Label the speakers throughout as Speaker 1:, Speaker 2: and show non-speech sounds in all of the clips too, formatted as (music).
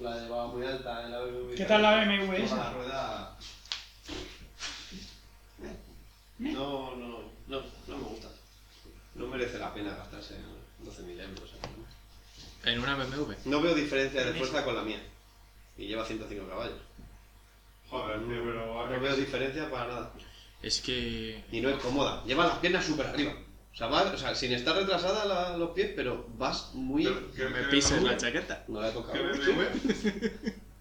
Speaker 1: la llevaba muy alta en la BMW.
Speaker 2: ¿Qué tal la BMW
Speaker 1: Con
Speaker 2: esa?
Speaker 1: la rueda.
Speaker 2: ¿Eh?
Speaker 1: No, no, no, no me gusta. No merece la pena gastarse 12.000 euros. ¿eh?
Speaker 3: En una BMW.
Speaker 1: No veo diferencia de fuerza con la mía. Y lleva 105 caballos.
Speaker 4: Joder, tío, pero
Speaker 1: No
Speaker 4: ahora
Speaker 1: veo
Speaker 4: que-
Speaker 1: diferencia para nada.
Speaker 3: Es que.
Speaker 1: Y no es cómoda. Lleva las piernas súper arriba. O sea, va- o sea, sin estar retrasada la- los pies, pero vas muy...
Speaker 4: pero- que
Speaker 3: Me
Speaker 4: que
Speaker 3: pises
Speaker 4: BMW,
Speaker 3: la chaqueta.
Speaker 1: No la he tocado.
Speaker 4: que BMW,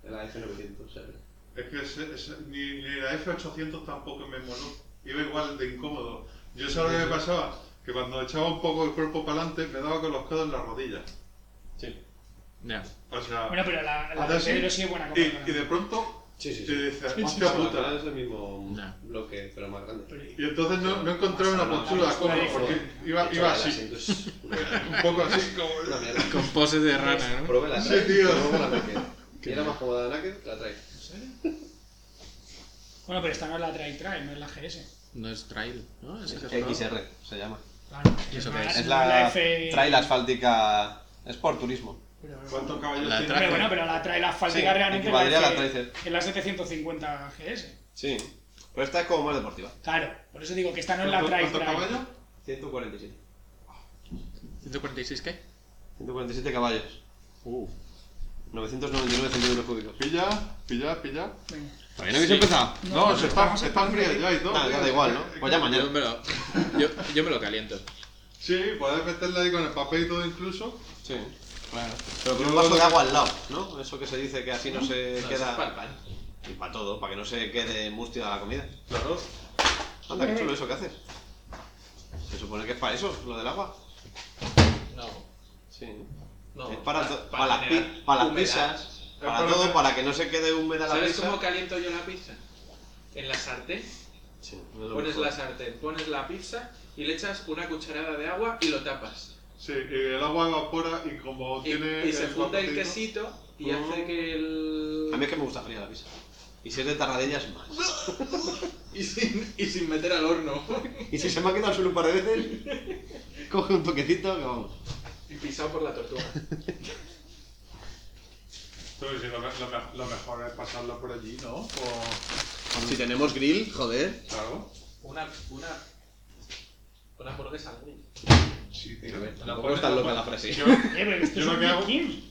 Speaker 1: La F900, o sea, no.
Speaker 4: Es que ese- ese- ni, ni la F800 tampoco me moló. Iba igual de incómodo. Yo sabía lo que me pasaba. Que cuando echaba un poco el cuerpo para adelante, me daba con los codos en las rodillas.
Speaker 1: Sí.
Speaker 3: Ya.
Speaker 4: O sea,
Speaker 2: Bueno, pero la, la
Speaker 4: Ahora
Speaker 2: de
Speaker 4: Ah, sí.
Speaker 2: Pedro sí es buena
Speaker 4: y,
Speaker 2: comparada.
Speaker 4: y de pronto
Speaker 1: Sí, sí,
Speaker 4: te
Speaker 1: sí.
Speaker 4: dices,
Speaker 2: Sí, sí,
Speaker 4: hostia
Speaker 1: Bueno,
Speaker 4: puta.
Speaker 1: Es el mismo
Speaker 3: Ya.
Speaker 1: bloque, pero más grande.
Speaker 2: Pero-
Speaker 4: Y entonces no, no encontraba una postura cómoda porque iba, iba
Speaker 1: El
Speaker 4: así,
Speaker 1: asiento es
Speaker 5: (laughs)
Speaker 1: (laughs) una mierda.
Speaker 4: un poco así como...
Speaker 1: Una mierda. (laughs)
Speaker 3: Con poses de rana, ¿no?
Speaker 1: Probé la
Speaker 4: Sí,
Speaker 1: trae,
Speaker 4: tío.
Speaker 1: luego la
Speaker 5: (laughs)
Speaker 1: naked. Y era más cómoda la naked, la trae.
Speaker 2: ¿En serio? Bueno, pero esta no es la Trail Trail, no es la GS.
Speaker 3: No es trail, ¿no? Es
Speaker 5: XR se llama.
Speaker 2: Claro,
Speaker 3: ¿Y eso
Speaker 2: no
Speaker 3: qué es?
Speaker 5: Es
Speaker 2: no
Speaker 5: la
Speaker 2: F-
Speaker 5: trail asfáltica Sport Turismo.
Speaker 2: Pero,
Speaker 4: ¿Cuántos caballos
Speaker 3: La
Speaker 4: tiene?
Speaker 2: pero bueno, pero la Trail asfáltica
Speaker 5: Sí,
Speaker 2: realmente
Speaker 5: equivaldría a la
Speaker 2: es
Speaker 5: Trail.
Speaker 2: es la 750 GS.
Speaker 5: Sí. Pero esta es como más deportiva.
Speaker 2: Claro, por eso digo que esta no es la
Speaker 4: ¿Cuántos
Speaker 2: Trail
Speaker 4: cuántos
Speaker 2: Trail.
Speaker 4: caballos?
Speaker 5: 147.
Speaker 3: 146 qué?
Speaker 5: 147 caballos.
Speaker 1: Uh.
Speaker 5: 999 centímetros cúbicos.
Speaker 4: Pilla, pilla, pilla.
Speaker 2: Venga.
Speaker 5: ¿Todavía no habéis empezado?
Speaker 4: No, se está,
Speaker 2: vamos a-
Speaker 4: se está fría ya y todo.
Speaker 5: Ah, ya
Speaker 4: tío.
Speaker 5: da igual, ¿no? Pues ya
Speaker 3: Yo
Speaker 5: mañana.
Speaker 3: me lo, yo, yo me lo caliento.
Speaker 4: Sí, puedes meterla ahí con el papel y todo incluso.
Speaker 5: Sí. Claro. Pero con un vaso de agua al lado, ¿no? Eso que se dice que así no se queda.
Speaker 3: Pal, pal.
Speaker 5: Y para todo, para que no se quede mustia la comida.
Speaker 4: Claro.
Speaker 5: Anda, qué chulo eso que haces. Se supone que es para eso, lo del agua.
Speaker 3: No,
Speaker 5: Sí.
Speaker 3: no.
Speaker 5: es para, to- para las,
Speaker 3: generar
Speaker 5: pi- para las
Speaker 3: humedad.
Speaker 5: pizzas,
Speaker 4: Es
Speaker 5: para
Speaker 4: para
Speaker 5: todo,
Speaker 4: que-
Speaker 5: para que no se quede húmeda la
Speaker 3: ¿Sabes
Speaker 5: pizza.
Speaker 3: cómo caliento yo la pizza? En la sartén.
Speaker 5: Sí, es lo
Speaker 3: Pones
Speaker 5: mejor.
Speaker 3: la sartén, pones la pizza y le echas una cucharada de agua y lo tapas.
Speaker 4: Sí, y el agua evapora y como
Speaker 3: Y,
Speaker 4: tiene.
Speaker 3: y se
Speaker 4: el
Speaker 3: funde el
Speaker 4: vaporcito-
Speaker 3: quesito y
Speaker 5: Mm.
Speaker 3: hace que
Speaker 5: A mí
Speaker 3: el...
Speaker 5: es que me gusta fría la pizza. Y si es de tarradellas, más.
Speaker 3: (laughs) Y sin, y sin meter al horno.
Speaker 5: Y si se me ha quedado solo un par de veces, (laughs) coge un toquecito que vamos.
Speaker 3: Y pisado por la tortuga.
Speaker 4: Pero si lo, me- lo me- lo mejor es pasarla por allí, ¿no? O-
Speaker 5: Si tenemos grill, joder.
Speaker 4: claro.
Speaker 3: Una, una, una hamburguesa al grill.
Speaker 4: Sí, tío.
Speaker 5: Tampoco es tan loca la frase.
Speaker 4: Yo,
Speaker 2: Oye, pero esto es
Speaker 4: Yo lo
Speaker 2: un
Speaker 4: que hago-
Speaker 2: King.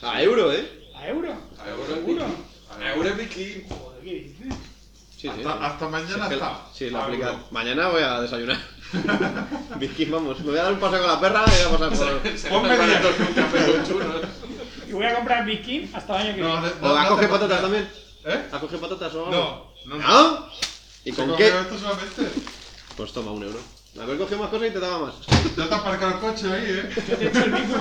Speaker 5: A euro, ¿eh?
Speaker 2: A euro.
Speaker 3: A euro.
Speaker 2: Seguro.
Speaker 3: A euro bikini.
Speaker 2: Joder, ¿qué dices?
Speaker 5: Sí, sí.
Speaker 4: hasta, hasta mañana
Speaker 5: Que la-
Speaker 4: está.
Speaker 5: Sí, la
Speaker 4: Ah,
Speaker 5: aplica.
Speaker 4: bueno.
Speaker 5: Mañana voy a
Speaker 4: (laughs)
Speaker 5: desayunar. Bisquis, vamos. Me voy a dar un paseo con la perra y voy a pasar por.
Speaker 4: Ponme diez.
Speaker 2: Y voy a comprar Big King hasta el año que
Speaker 4: No,
Speaker 2: viene.
Speaker 4: no,
Speaker 5: ¿O a
Speaker 4: no
Speaker 5: coger
Speaker 4: te-
Speaker 5: patatas también?
Speaker 4: ¿Eh?
Speaker 5: ¿A coger patatas o algo?
Speaker 4: No, no.
Speaker 5: ¿No? ¿Y
Speaker 4: ¿Se
Speaker 5: con
Speaker 4: cogió
Speaker 5: qué?
Speaker 4: esto solamente?
Speaker 5: Pues toma un euro. Haber cogido más cosas y te daba más.
Speaker 4: Ya te ha aparcado el coche ahí, ¿eh?
Speaker 2: Yo te echo el bizu.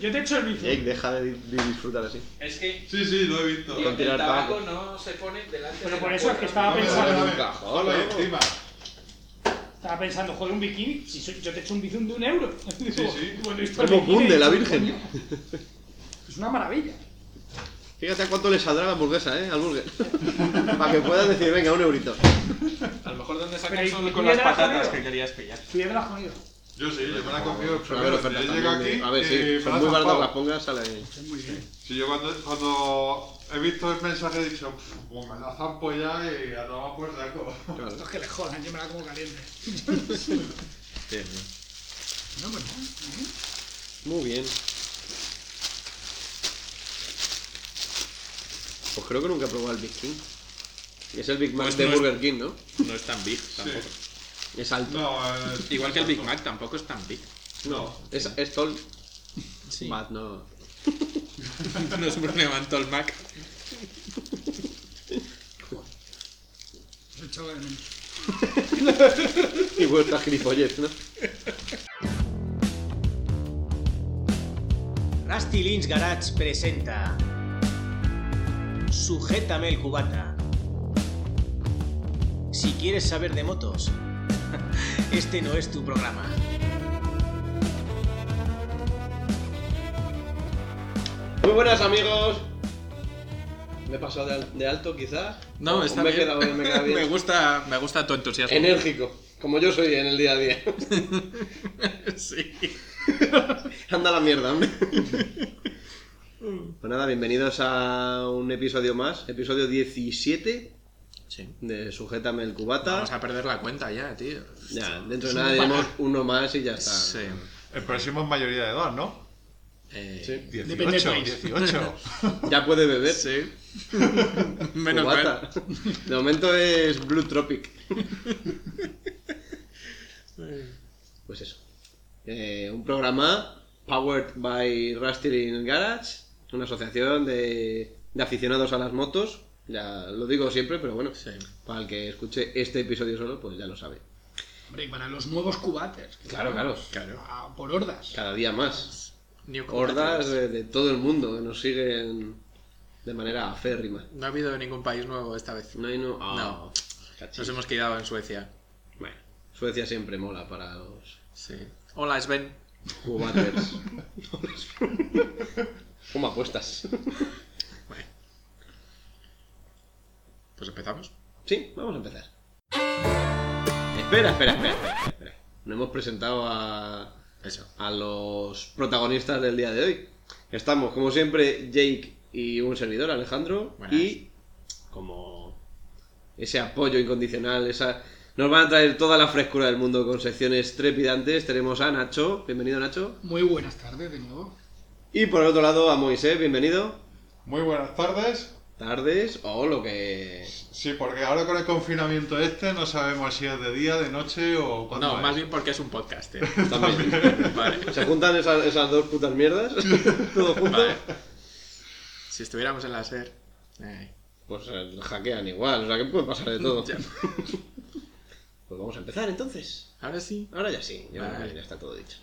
Speaker 2: Yo te echo el
Speaker 5: (laughs)
Speaker 2: bizu.
Speaker 5: Jake, deja de, de disfrutar así.
Speaker 3: Es que
Speaker 4: Sí, sí, lo he visto.
Speaker 3: tío,
Speaker 5: Con
Speaker 4: No
Speaker 3: el
Speaker 5: tirar
Speaker 3: tabaco
Speaker 5: tabaco.
Speaker 3: no se pone delante
Speaker 2: Bueno,
Speaker 3: de
Speaker 2: por
Speaker 3: la
Speaker 2: eso es
Speaker 3: puerta.
Speaker 2: que estaba
Speaker 4: me
Speaker 2: pensando-
Speaker 4: jodas,
Speaker 5: Ah, en un
Speaker 4: eh.
Speaker 5: cajón,
Speaker 4: Solo ahí
Speaker 5: ¿no?
Speaker 4: encima.
Speaker 2: Estaba pensando, joder, un bikini. Si soy- yo te echo un bizum de un euro. (laughs) Digo,
Speaker 4: sí.
Speaker 2: bueno, esto es
Speaker 5: Como
Speaker 2: bikini,
Speaker 5: cunde la
Speaker 2: coño.
Speaker 5: virgen.
Speaker 2: Es una maravilla.
Speaker 5: Fíjate a cuánto le saldrá la hamburguesa, ¿eh? Al
Speaker 4: (laughs)
Speaker 5: burger. Para que puedas decir, venga, un eurito.
Speaker 3: A lo mejor donde
Speaker 2: Pero
Speaker 3: sacas
Speaker 2: ¿y
Speaker 3: son
Speaker 2: quién
Speaker 3: con las
Speaker 2: era la
Speaker 3: patatas
Speaker 2: comida?
Speaker 3: que querías pillar.
Speaker 2: Piedra jodida.
Speaker 4: Yo sí, yo me la he comido
Speaker 5: A
Speaker 4: el
Speaker 5: ver,
Speaker 4: primero.
Speaker 5: oferta
Speaker 4: Yo
Speaker 5: también.
Speaker 4: llego aquí.
Speaker 5: de- A ver,
Speaker 4: eh,
Speaker 5: sí.
Speaker 4: me
Speaker 5: Son muy
Speaker 4: la han
Speaker 5: baratas
Speaker 4: zampado.
Speaker 5: las pongas, sale ahí.
Speaker 2: Muy bien.
Speaker 4: Sí, yo cuando, cuando he visto el mensaje he dicho, "Pff, pues me la zampo ya y a tomar por saco.
Speaker 5: Claro.
Speaker 2: Estos que le jodan, yo me la como caliente. No, pues no.
Speaker 5: Muy bien. Pues creo que nunca he probado el Big King. Es el Big Mac
Speaker 3: Pues
Speaker 5: de
Speaker 3: no es-
Speaker 5: Burger King, ¿no?
Speaker 3: No es tan big
Speaker 4: tampoco.
Speaker 5: Es alto.
Speaker 4: (laughs) No, eh,
Speaker 3: Igual que el Big Mac tampoco es tan big. (laughs)
Speaker 4: No.
Speaker 5: Es, es tall.
Speaker 3: Sí.
Speaker 5: But no. (laughs)
Speaker 3: No es un problema en todo el Mac.
Speaker 2: Lo echaba de menos.
Speaker 5: Y vuelta gilipollez, ¿no?
Speaker 6: Rusty Lynch Garage presenta Sujétame el cubata. Si quieres saber de motos, (laughs) este no es tu programa.
Speaker 5: Muy buenas, amigos. Me he pasado de, al- de alto, quizás.
Speaker 3: No,
Speaker 5: O
Speaker 3: está
Speaker 5: me he
Speaker 3: bien.
Speaker 5: quedado bien, me he
Speaker 3: (laughs)
Speaker 5: quedado bien.
Speaker 3: me gusta, me gusta tu entusiasmo.
Speaker 5: Enérgico. Como yo soy en el día a
Speaker 3: (laughs)
Speaker 5: día.
Speaker 3: Sí. (laughs)
Speaker 5: Anda a la mierda, hombre. Pues nada, bienvenidos a un episodio más, episodio 17
Speaker 3: Sí.
Speaker 5: de Sujétame el cubata.
Speaker 3: Vamos a perder la cuenta ya, tío.
Speaker 5: Ya, dentro de
Speaker 3: Es
Speaker 5: nada
Speaker 3: un
Speaker 5: diremos
Speaker 3: paja.
Speaker 5: uno más y ya está.
Speaker 3: Sí.
Speaker 4: El próximo es mayoría de edad, ¿no?
Speaker 3: Eh,
Speaker 5: Sí.
Speaker 4: 18,
Speaker 7: del país. (laughs)
Speaker 4: 18.
Speaker 5: Ya puede beber.
Speaker 3: Sí. Menos
Speaker 5: Cubata.
Speaker 3: mal.
Speaker 5: (laughs) De momento es Blue
Speaker 3: (laughs)
Speaker 5: Tropic. Pues eso. Eh, un programa powered by Rustling Garage, una asociación de, de aficionados a las motos. Ya lo digo siempre, pero bueno,
Speaker 3: Sí.
Speaker 5: para el que escuche este episodio solo, pues ya lo sabe.
Speaker 2: Hombre, y para los nuevos cubates,
Speaker 5: Claro, claro.
Speaker 3: Claro.
Speaker 2: a- por hordas.
Speaker 5: Cada día más.
Speaker 3: New
Speaker 5: Hordas
Speaker 3: competitors.
Speaker 5: de, de todo el mundo que nos siguen de manera aférrima.
Speaker 3: No ha habido ningún país nuevo esta vez.
Speaker 5: No hay no. Ah,
Speaker 3: No.
Speaker 5: Cachis.
Speaker 3: Nos hemos quedado en Suecia.
Speaker 5: Bueno, Suecia siempre mola para los
Speaker 3: Sí. Hola, Sven.
Speaker 5: cubaters. Como apuestas.
Speaker 3: Bueno. Pues empezamos.
Speaker 5: Sí, vamos a empezar. Espera, espera, espera. espera, espera. No hemos presentado a,
Speaker 3: Eso.
Speaker 5: a los protagonistas del día de hoy. Estamos, como siempre, Jake y un servidor, Alejandro.
Speaker 3: Buenas.
Speaker 5: Y como ese apoyo incondicional, esa... Nos van a traer toda la frescura del mundo con secciones trepidantes. Tenemos a Nacho. Bienvenido, Nacho.
Speaker 2: Muy buenas tardes de nuevo.
Speaker 5: Y por el otro lado, a Moisés. Bienvenido.
Speaker 4: Muy buenas tardes.
Speaker 5: Tardes o lo que...
Speaker 4: Sí, porque ahora con el confinamiento este no sabemos si es de día, de noche o cuándo
Speaker 3: No,
Speaker 4: es.
Speaker 3: más bien porque es un podcast. eh.
Speaker 5: También.
Speaker 3: (laughs) Vale.
Speaker 5: Se juntan esas, esas dos putas mierdas.
Speaker 3: (laughs)
Speaker 5: Todo junto.
Speaker 3: Vale. Si estuviéramos en la SER. eh,
Speaker 5: Pues eh, hackean igual. O sea, que puede pasar de todo.
Speaker 3: ya.
Speaker 5: (laughs) Pues vamos a empezar entonces.
Speaker 3: Ahora sí.
Speaker 5: Ahora ya sí, yo creo que
Speaker 3: Vale. Oh,
Speaker 5: ya está todo dicho.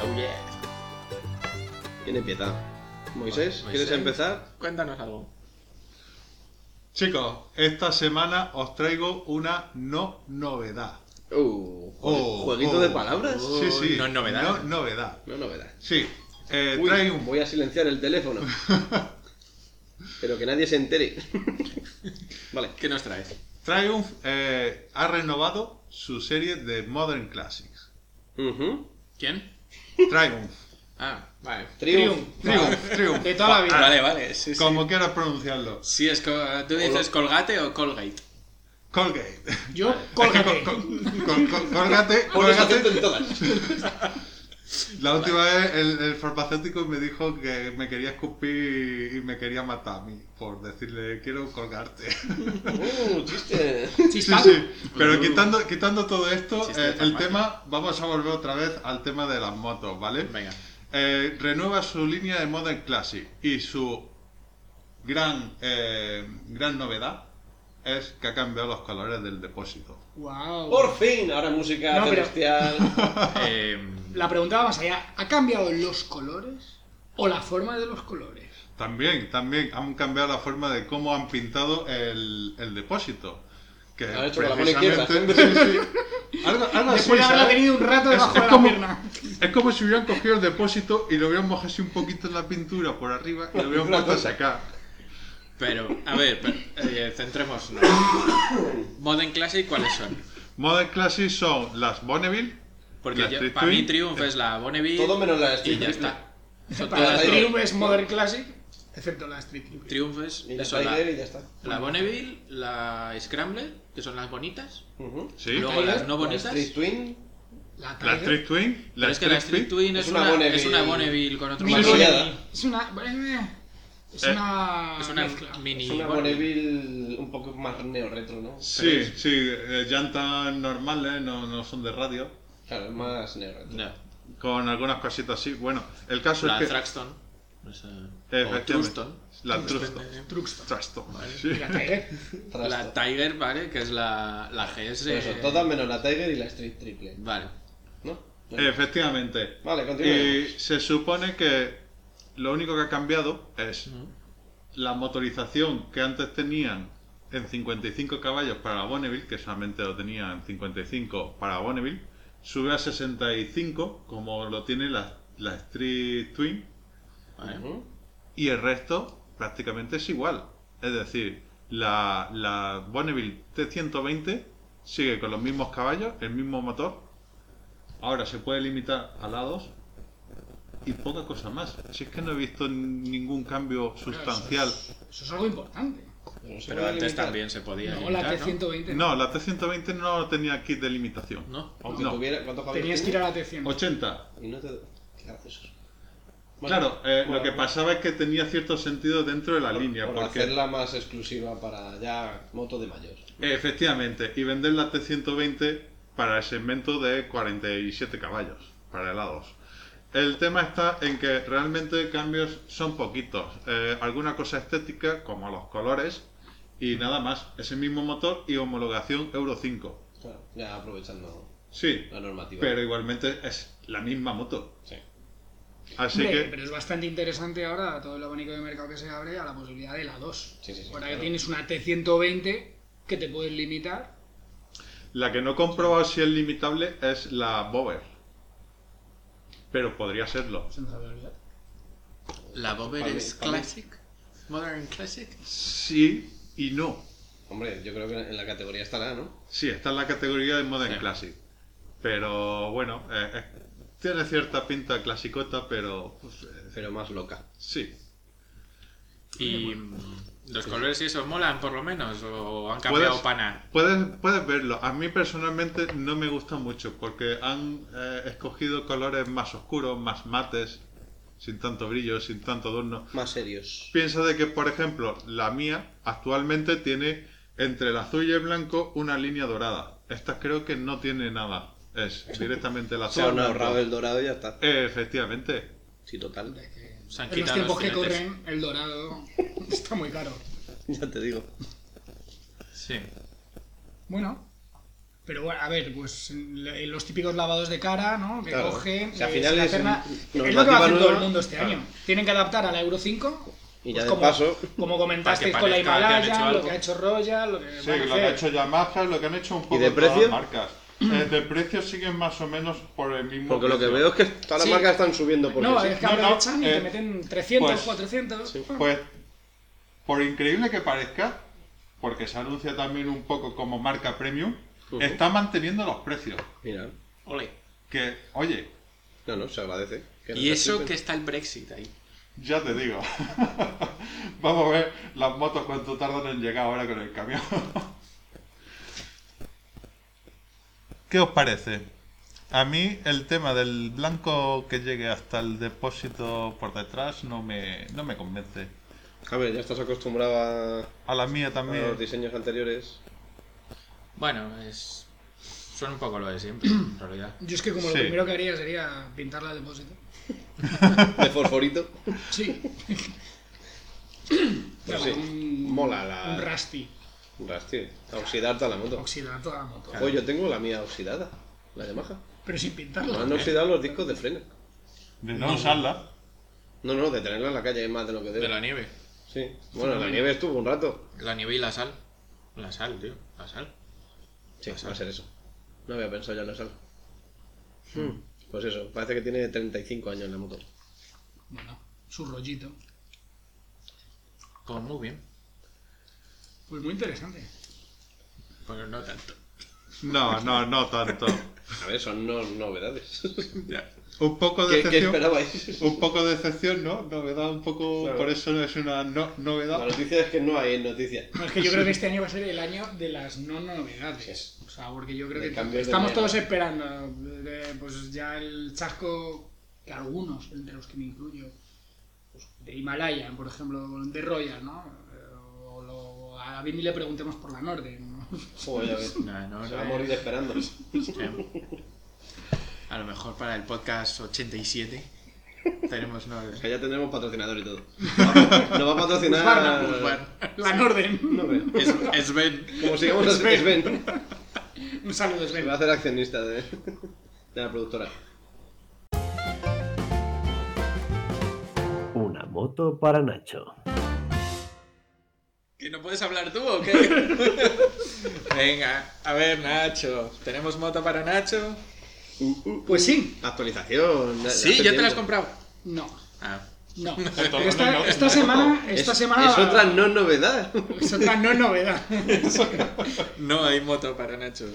Speaker 3: Oh, yeah.
Speaker 5: ¿Quién empieza? Moisés,
Speaker 3: Bueno,
Speaker 5: ¿quieres
Speaker 3: Moisés.
Speaker 5: empezar?
Speaker 3: Cuéntanos algo.
Speaker 4: Chicos, esta semana os traigo una no novedad.
Speaker 5: Uh,
Speaker 4: Oh,
Speaker 5: jueguito
Speaker 4: oh.
Speaker 5: de palabras.
Speaker 3: Oh.
Speaker 4: Sí, sí.
Speaker 3: no novedad.
Speaker 4: No novedad.
Speaker 5: No novedad.
Speaker 4: Sí. Eh,
Speaker 5: Uy,
Speaker 4: traigo un...
Speaker 5: voy a silenciar el teléfono.
Speaker 3: (laughs)
Speaker 5: Pero que nadie se entere. vale.
Speaker 3: ¿Qué nos traes?
Speaker 4: Triumph eh, ha renovado su serie de Modern Classics. (laughs)
Speaker 5: Ujú.
Speaker 3: ¿Quién?
Speaker 4: Triumph.
Speaker 3: Ah, vale.
Speaker 5: Triumph.
Speaker 4: Triumph, Triumph.
Speaker 7: De toda la vida.
Speaker 3: Ah, Vale, vale. Sí, sí.
Speaker 4: Como quieras pronunciarlo.
Speaker 3: Sí, es co- ¿Tú dices Colgate o Colgate?
Speaker 4: Colgate.
Speaker 7: Yo,
Speaker 4: Colgate. (laughs)
Speaker 7: cólgate.
Speaker 4: Colgate.
Speaker 3: (laughs)
Speaker 5: Pones acento
Speaker 4: Colgate.
Speaker 5: en todas.
Speaker 4: La última vez el, el farmacéutico me dijo que me quería escupir y me quería matar a mí por decirle quiero colgarte.
Speaker 5: Uh,
Speaker 3: (laughs)
Speaker 5: chiste.
Speaker 4: (laughs) Sí, Uh.
Speaker 7: Chispado.
Speaker 4: sí. Pero quitando, quitando todo esto,
Speaker 3: Chiste de
Speaker 4: eh, el
Speaker 3: farmacia.
Speaker 4: tema, vamos a volver otra vez al tema de las motos, ¿vale?
Speaker 3: (laughs) Venga.
Speaker 4: Eh, renueva su línea de Modern Classic y su gran, eh, gran novedad es que ha cambiado los colores del depósito.
Speaker 2: Wow.
Speaker 5: Por fin, ahora música
Speaker 7: No, pero-
Speaker 5: celestial.
Speaker 3: (laughs) Eh,
Speaker 2: La pregunta va más allá. ¿Ha cambiado los colores o la forma de los colores?
Speaker 4: También, también han cambiado la forma de cómo han pintado el, el depósito. Que
Speaker 5: Han hecho con la mano izquierda.
Speaker 4: precisamente- (laughs) sí, Ah, sí. Algo- algo así,
Speaker 2: Después de haberla
Speaker 4: ¿sabes?
Speaker 2: tenido un rato
Speaker 4: Es-
Speaker 2: debajo
Speaker 4: es
Speaker 2: de la
Speaker 4: como-
Speaker 2: pierna.
Speaker 4: Es como si hubieran cogido el depósito y lo hubieran mojado así un poquito en la pintura por arriba y lo hubieran
Speaker 5: Una
Speaker 4: puesto
Speaker 5: cosa.
Speaker 4: hacia acá.
Speaker 3: Pero, a ver, pero, eh, centrémonos. Modern Classic, ¿cuáles son?
Speaker 4: Modern Classic son las Bonneville.
Speaker 3: Porque
Speaker 4: las
Speaker 3: yo-
Speaker 4: Street
Speaker 3: para mí
Speaker 4: Twin,
Speaker 3: Triumph es la Bonneville
Speaker 5: Todo menos la
Speaker 3: y
Speaker 5: Street
Speaker 3: ya está. Son
Speaker 2: Para
Speaker 3: todas
Speaker 2: la
Speaker 5: Ahí.
Speaker 2: Triumph es Modern Classic, excepto la Street Triumph.
Speaker 3: Triumph es
Speaker 5: Y la
Speaker 3: eso, la,
Speaker 5: Tiger y ya está.
Speaker 3: la Bonneville, la Scrambler, que son las bonitas,
Speaker 5: Ujú.
Speaker 4: Sí.
Speaker 3: luego las no
Speaker 5: La
Speaker 3: bonitas.
Speaker 5: Street Twin.
Speaker 2: La
Speaker 4: La
Speaker 2: Tiger
Speaker 4: Street Twin. La
Speaker 3: Pero es que la
Speaker 4: Street
Speaker 3: Street
Speaker 4: Twin.
Speaker 3: Twin
Speaker 5: es
Speaker 3: es
Speaker 5: una
Speaker 3: una,
Speaker 5: Bonneville-
Speaker 3: es una Bonneville con otro
Speaker 2: Mini
Speaker 3: color.
Speaker 5: Bonneville.
Speaker 2: es una... Es
Speaker 4: Eh,
Speaker 2: una...
Speaker 3: Es una
Speaker 2: mezcla.
Speaker 3: mini
Speaker 5: Es una
Speaker 3: Bonneville.
Speaker 5: Bonneville un poco más neo-retro, ¿no?
Speaker 4: Sí, sí, eh, llantas normales, no, no son de radio.
Speaker 5: Claro, es más neo-retro.
Speaker 3: No,
Speaker 4: Con algunas cositas así. Bueno, el caso
Speaker 3: la
Speaker 4: es que.
Speaker 3: Thruxton. no sé, o
Speaker 4: Efectivamente.
Speaker 3: Truston.
Speaker 4: La Truston.
Speaker 2: Truxton.
Speaker 4: Truston.
Speaker 2: Y La Tiger.
Speaker 5: Trasto.
Speaker 3: La Tiger, ¿vale? Que es la, la GS.
Speaker 5: Por Pues eso, todas menos la Tiger y la Street Triple,
Speaker 3: Vale.
Speaker 5: ¿no?
Speaker 3: Eh,
Speaker 4: Efectivamente.
Speaker 5: Vale,
Speaker 4: Y
Speaker 5: continuemos.
Speaker 4: se supone que lo único que ha cambiado es la motorización que antes tenían en 55 caballos para la Bonneville, que solamente lo tenían 55 para la Bonneville, sube a 65 como lo tiene la, la Street Twin
Speaker 3: vale.
Speaker 5: Ujú.
Speaker 4: y el resto prácticamente es igual. Es decir, la, la Bonneville T120 sigue con los mismos caballos, el mismo motor. Ahora se puede limitar a lados y poca cosa más. Si es que no he visto ningún cambio sustancial.
Speaker 2: Eso es algo importante. Pues
Speaker 3: Pero antes también se podía.
Speaker 2: No, la
Speaker 3: limitar, ¿no?
Speaker 2: T120.
Speaker 4: No, la T120 no tenía kit de limitación.
Speaker 3: ¿No?
Speaker 5: Aunque
Speaker 4: No.
Speaker 5: tuviera. ¿Cuántos caballos
Speaker 2: Tenías que ir
Speaker 5: tenía?
Speaker 2: a la T100.
Speaker 4: 80.
Speaker 5: Y no te. Claro, eso es-
Speaker 4: claro, eh, lo que pasaba es que tenía cierto sentido dentro de la línea.
Speaker 5: Por
Speaker 4: porque
Speaker 5: hacerla más exclusiva para ya moto de mayor.
Speaker 4: Efectivamente, y vender la T120 para el segmento de 47 caballos, para helados. El tema está en que realmente cambios son poquitos. Eh, alguna cosa estética, como los colores, y nada más. Ese mismo motor y homologación Euro 5.
Speaker 5: Claro, ya aprovechando
Speaker 4: Sí,
Speaker 5: la normativa.
Speaker 4: pero igualmente es la misma moto.
Speaker 5: Sí.
Speaker 4: Así
Speaker 2: Hombre,
Speaker 4: que,
Speaker 2: Pero es bastante interesante ahora todo el abanico de mercado que se abre a la posibilidad de la 2.
Speaker 5: Sí, sí, sí,
Speaker 2: ahora
Speaker 5: claro.
Speaker 2: que tienes una T120 que te puedes limitar.
Speaker 4: la que no he comprobado si es limitable es la Bover. Pero podría serlo.
Speaker 2: Se nos había olvidado.
Speaker 3: ¿La Bober
Speaker 5: Vale,
Speaker 3: es
Speaker 5: vale.
Speaker 3: Classic? ¿Modern Classic?
Speaker 4: Sí y no.
Speaker 5: Hombre, yo creo que en la categoría estará, ¿no?
Speaker 4: Sí, está en la categoría de Modern Classic. Pero bueno, eh, eh, tiene cierta pinta clasicota, pero pues, eh,
Speaker 5: Pero más loca.
Speaker 4: sí.
Speaker 2: pues,
Speaker 3: ¿Y mm, los colores y eso molan por lo menos? ¿O han
Speaker 4: Puedes-
Speaker 3: cambiado pana?
Speaker 4: Puedes, puedes verlo. A mí personalmente no me gusta mucho porque han eh, escogido colores más oscuros, más mates, sin tanto brillo, sin tanto adorno.
Speaker 5: Más serios.
Speaker 4: Piensa de que, por ejemplo, la mía actualmente tiene entre el azul y el blanco una línea dorada. Esta creo que no tiene nada. Es directamente el azul.
Speaker 5: Se han
Speaker 4: blanco.
Speaker 5: ahorrado el dorado y ya está.
Speaker 4: Efectivamente.
Speaker 5: Sí, total. (laughs)
Speaker 3: Se han
Speaker 2: en los
Speaker 3: quitado los
Speaker 2: tiempos que
Speaker 3: filetes.
Speaker 2: corren, el dorado (laughs) está muy caro.
Speaker 5: Ya te digo.
Speaker 3: Sí.
Speaker 2: Bueno, pero bueno, a ver, pues le- los típicos lavados de cara, ¿no? Que
Speaker 5: Claro.
Speaker 2: cogen.
Speaker 5: O sea, al
Speaker 2: eh,
Speaker 5: final
Speaker 2: se la
Speaker 5: es
Speaker 2: alterna-
Speaker 5: un-
Speaker 2: es lo que
Speaker 5: normativa
Speaker 2: va a hacer todo el
Speaker 5: nueva.
Speaker 2: mundo este año. Tienen que adaptar a la Euro 5.
Speaker 5: Y
Speaker 2: pues
Speaker 5: ya de
Speaker 2: como,
Speaker 5: paso-
Speaker 2: Como comentasteis
Speaker 3: Para que
Speaker 2: con la
Speaker 3: parezca que han hecho
Speaker 2: Himalaya, lo
Speaker 3: algo.
Speaker 2: que ha hecho Royal, lo que.
Speaker 4: Sí,
Speaker 2: van a
Speaker 4: lo que ha
Speaker 2: hacer.
Speaker 4: hecho Yamaha, lo que han hecho un poco
Speaker 5: de
Speaker 4: todas
Speaker 5: precio? (clears throat)
Speaker 4: las marcas. Eh, de precio siguen más o menos por el mismo
Speaker 5: Porque lo que
Speaker 4: precio.
Speaker 5: veo es que todas las
Speaker 2: Sí.
Speaker 5: marcas están subiendo. Porque
Speaker 2: No,
Speaker 5: sí.
Speaker 2: es que
Speaker 4: No, no,
Speaker 2: aprovechan y
Speaker 4: eh,
Speaker 2: te meten 300,
Speaker 4: pues,
Speaker 2: 400. Ah.
Speaker 4: Pues, por increíble que parezca, porque se anuncia también un poco como marca premium,
Speaker 5: Ujú.
Speaker 4: está manteniendo los precios.
Speaker 5: Mira.
Speaker 3: Ole.
Speaker 4: Que, oye,
Speaker 5: No, no, se agradece. Que
Speaker 3: Y
Speaker 5: no
Speaker 3: eso
Speaker 5: participen.
Speaker 3: que está el Brexit ahí.
Speaker 4: ya te digo. (laughs) Vamos a ver las motos cuánto tardan en llegar ahora con el camión. (laughs) ¿Qué os parece? A mí el tema del blanco que llegue hasta el depósito por detrás no me, no me convence.
Speaker 5: A ver, ya estás acostumbrado a,
Speaker 4: A la mía
Speaker 5: a
Speaker 4: también.
Speaker 5: los diseños anteriores.
Speaker 3: Bueno, es. Suena un poco lo de siempre, (clears throat) en realidad.
Speaker 2: Yo es que como
Speaker 4: Sí.
Speaker 2: lo primero que haría sería pintarla al depósito.
Speaker 5: De fosforito.
Speaker 2: Sí.
Speaker 5: Pero pues
Speaker 2: Claro,
Speaker 5: sí.
Speaker 2: un-
Speaker 5: Mola la.
Speaker 2: Un rusty.
Speaker 5: un rusty. Oxidar toda la moto.
Speaker 2: Oxidar toda la moto.
Speaker 5: Oye, yo tengo la mía oxidada. La Yamaha.
Speaker 2: Pero sin pintarla.
Speaker 5: Me han oxidado los discos de freno.
Speaker 4: De no usarla.
Speaker 5: No, no, de tenerla en la calle es más de lo que debo.
Speaker 3: De la nieve.
Speaker 5: Sí. Bueno, la nieve estuvo un rato.
Speaker 3: La nieve y la sal. La sal, tío. La sal.
Speaker 5: Sí, va a ser eso. No había pensado ya en la sal. Hmm, Pues eso, parece que tiene 35 años la moto.
Speaker 2: Bueno, su rollito.
Speaker 3: Pues muy bien.
Speaker 2: Pues muy interesante.
Speaker 3: Pues no tanto.
Speaker 4: No, no, no (laughs) tanto.
Speaker 5: A ver, son no- novedades.
Speaker 4: Un poco
Speaker 5: ¿Qué,
Speaker 4: de
Speaker 5: qué
Speaker 4: excepción.
Speaker 5: esperabais?
Speaker 4: Un poco de excepción, ¿no? Novedad, un poco.
Speaker 5: Claro.
Speaker 4: Por eso no es una no- novedad.
Speaker 5: La noticia es que no hay noticias.
Speaker 2: No, es que yo creo que este año va a ser el año de las no novedades. O sea, porque yo creo
Speaker 5: De cambios
Speaker 2: que
Speaker 5: de
Speaker 2: estamos
Speaker 5: manera.
Speaker 2: todos esperando. eh, Pues ya el chasco que algunos, entre los que me incluyo, pues, de Himalaya, por ejemplo, de Royal, ¿no? Eh, O lo- a David ni le preguntemos por la Norden. ¿no? (laughs)
Speaker 5: Joder, ya ves.
Speaker 3: No, no,
Speaker 5: Se
Speaker 3: Em, no
Speaker 5: va a
Speaker 3: es-
Speaker 5: morir esperando.
Speaker 3: Sí. A lo mejor para el podcast (laughs) 87 tenemos nueve.
Speaker 5: Que ya tendremos patrocinador y todo. Nos va a patrocinar.
Speaker 3: Bueno,
Speaker 5: (laughs)
Speaker 2: La Norden.
Speaker 5: No veo.
Speaker 3: es, es Ben.
Speaker 5: Como sigamos a Sven. Sven.
Speaker 2: Un saludo, Sven.
Speaker 5: Se va a hacer accionista de, de la productora.
Speaker 8: Una moto para Nacho.
Speaker 3: ¿Que no puedes hablar tú o (laughs) qué? Venga, a ver, Nacho. ¿Tenemos moto para Nacho?
Speaker 2: Pues sí.
Speaker 5: Actualización.
Speaker 3: Sí, ya te la has comprado.
Speaker 2: No.
Speaker 3: Ah,
Speaker 5: (laughs)
Speaker 2: No.
Speaker 4: Exacto,
Speaker 2: Pero esta,
Speaker 4: no, no,
Speaker 2: esta
Speaker 4: no.
Speaker 2: semana, esta
Speaker 5: es,
Speaker 2: semana
Speaker 5: es otra no novedad.
Speaker 2: es otra no novedad.
Speaker 3: No hay moto para Nacho.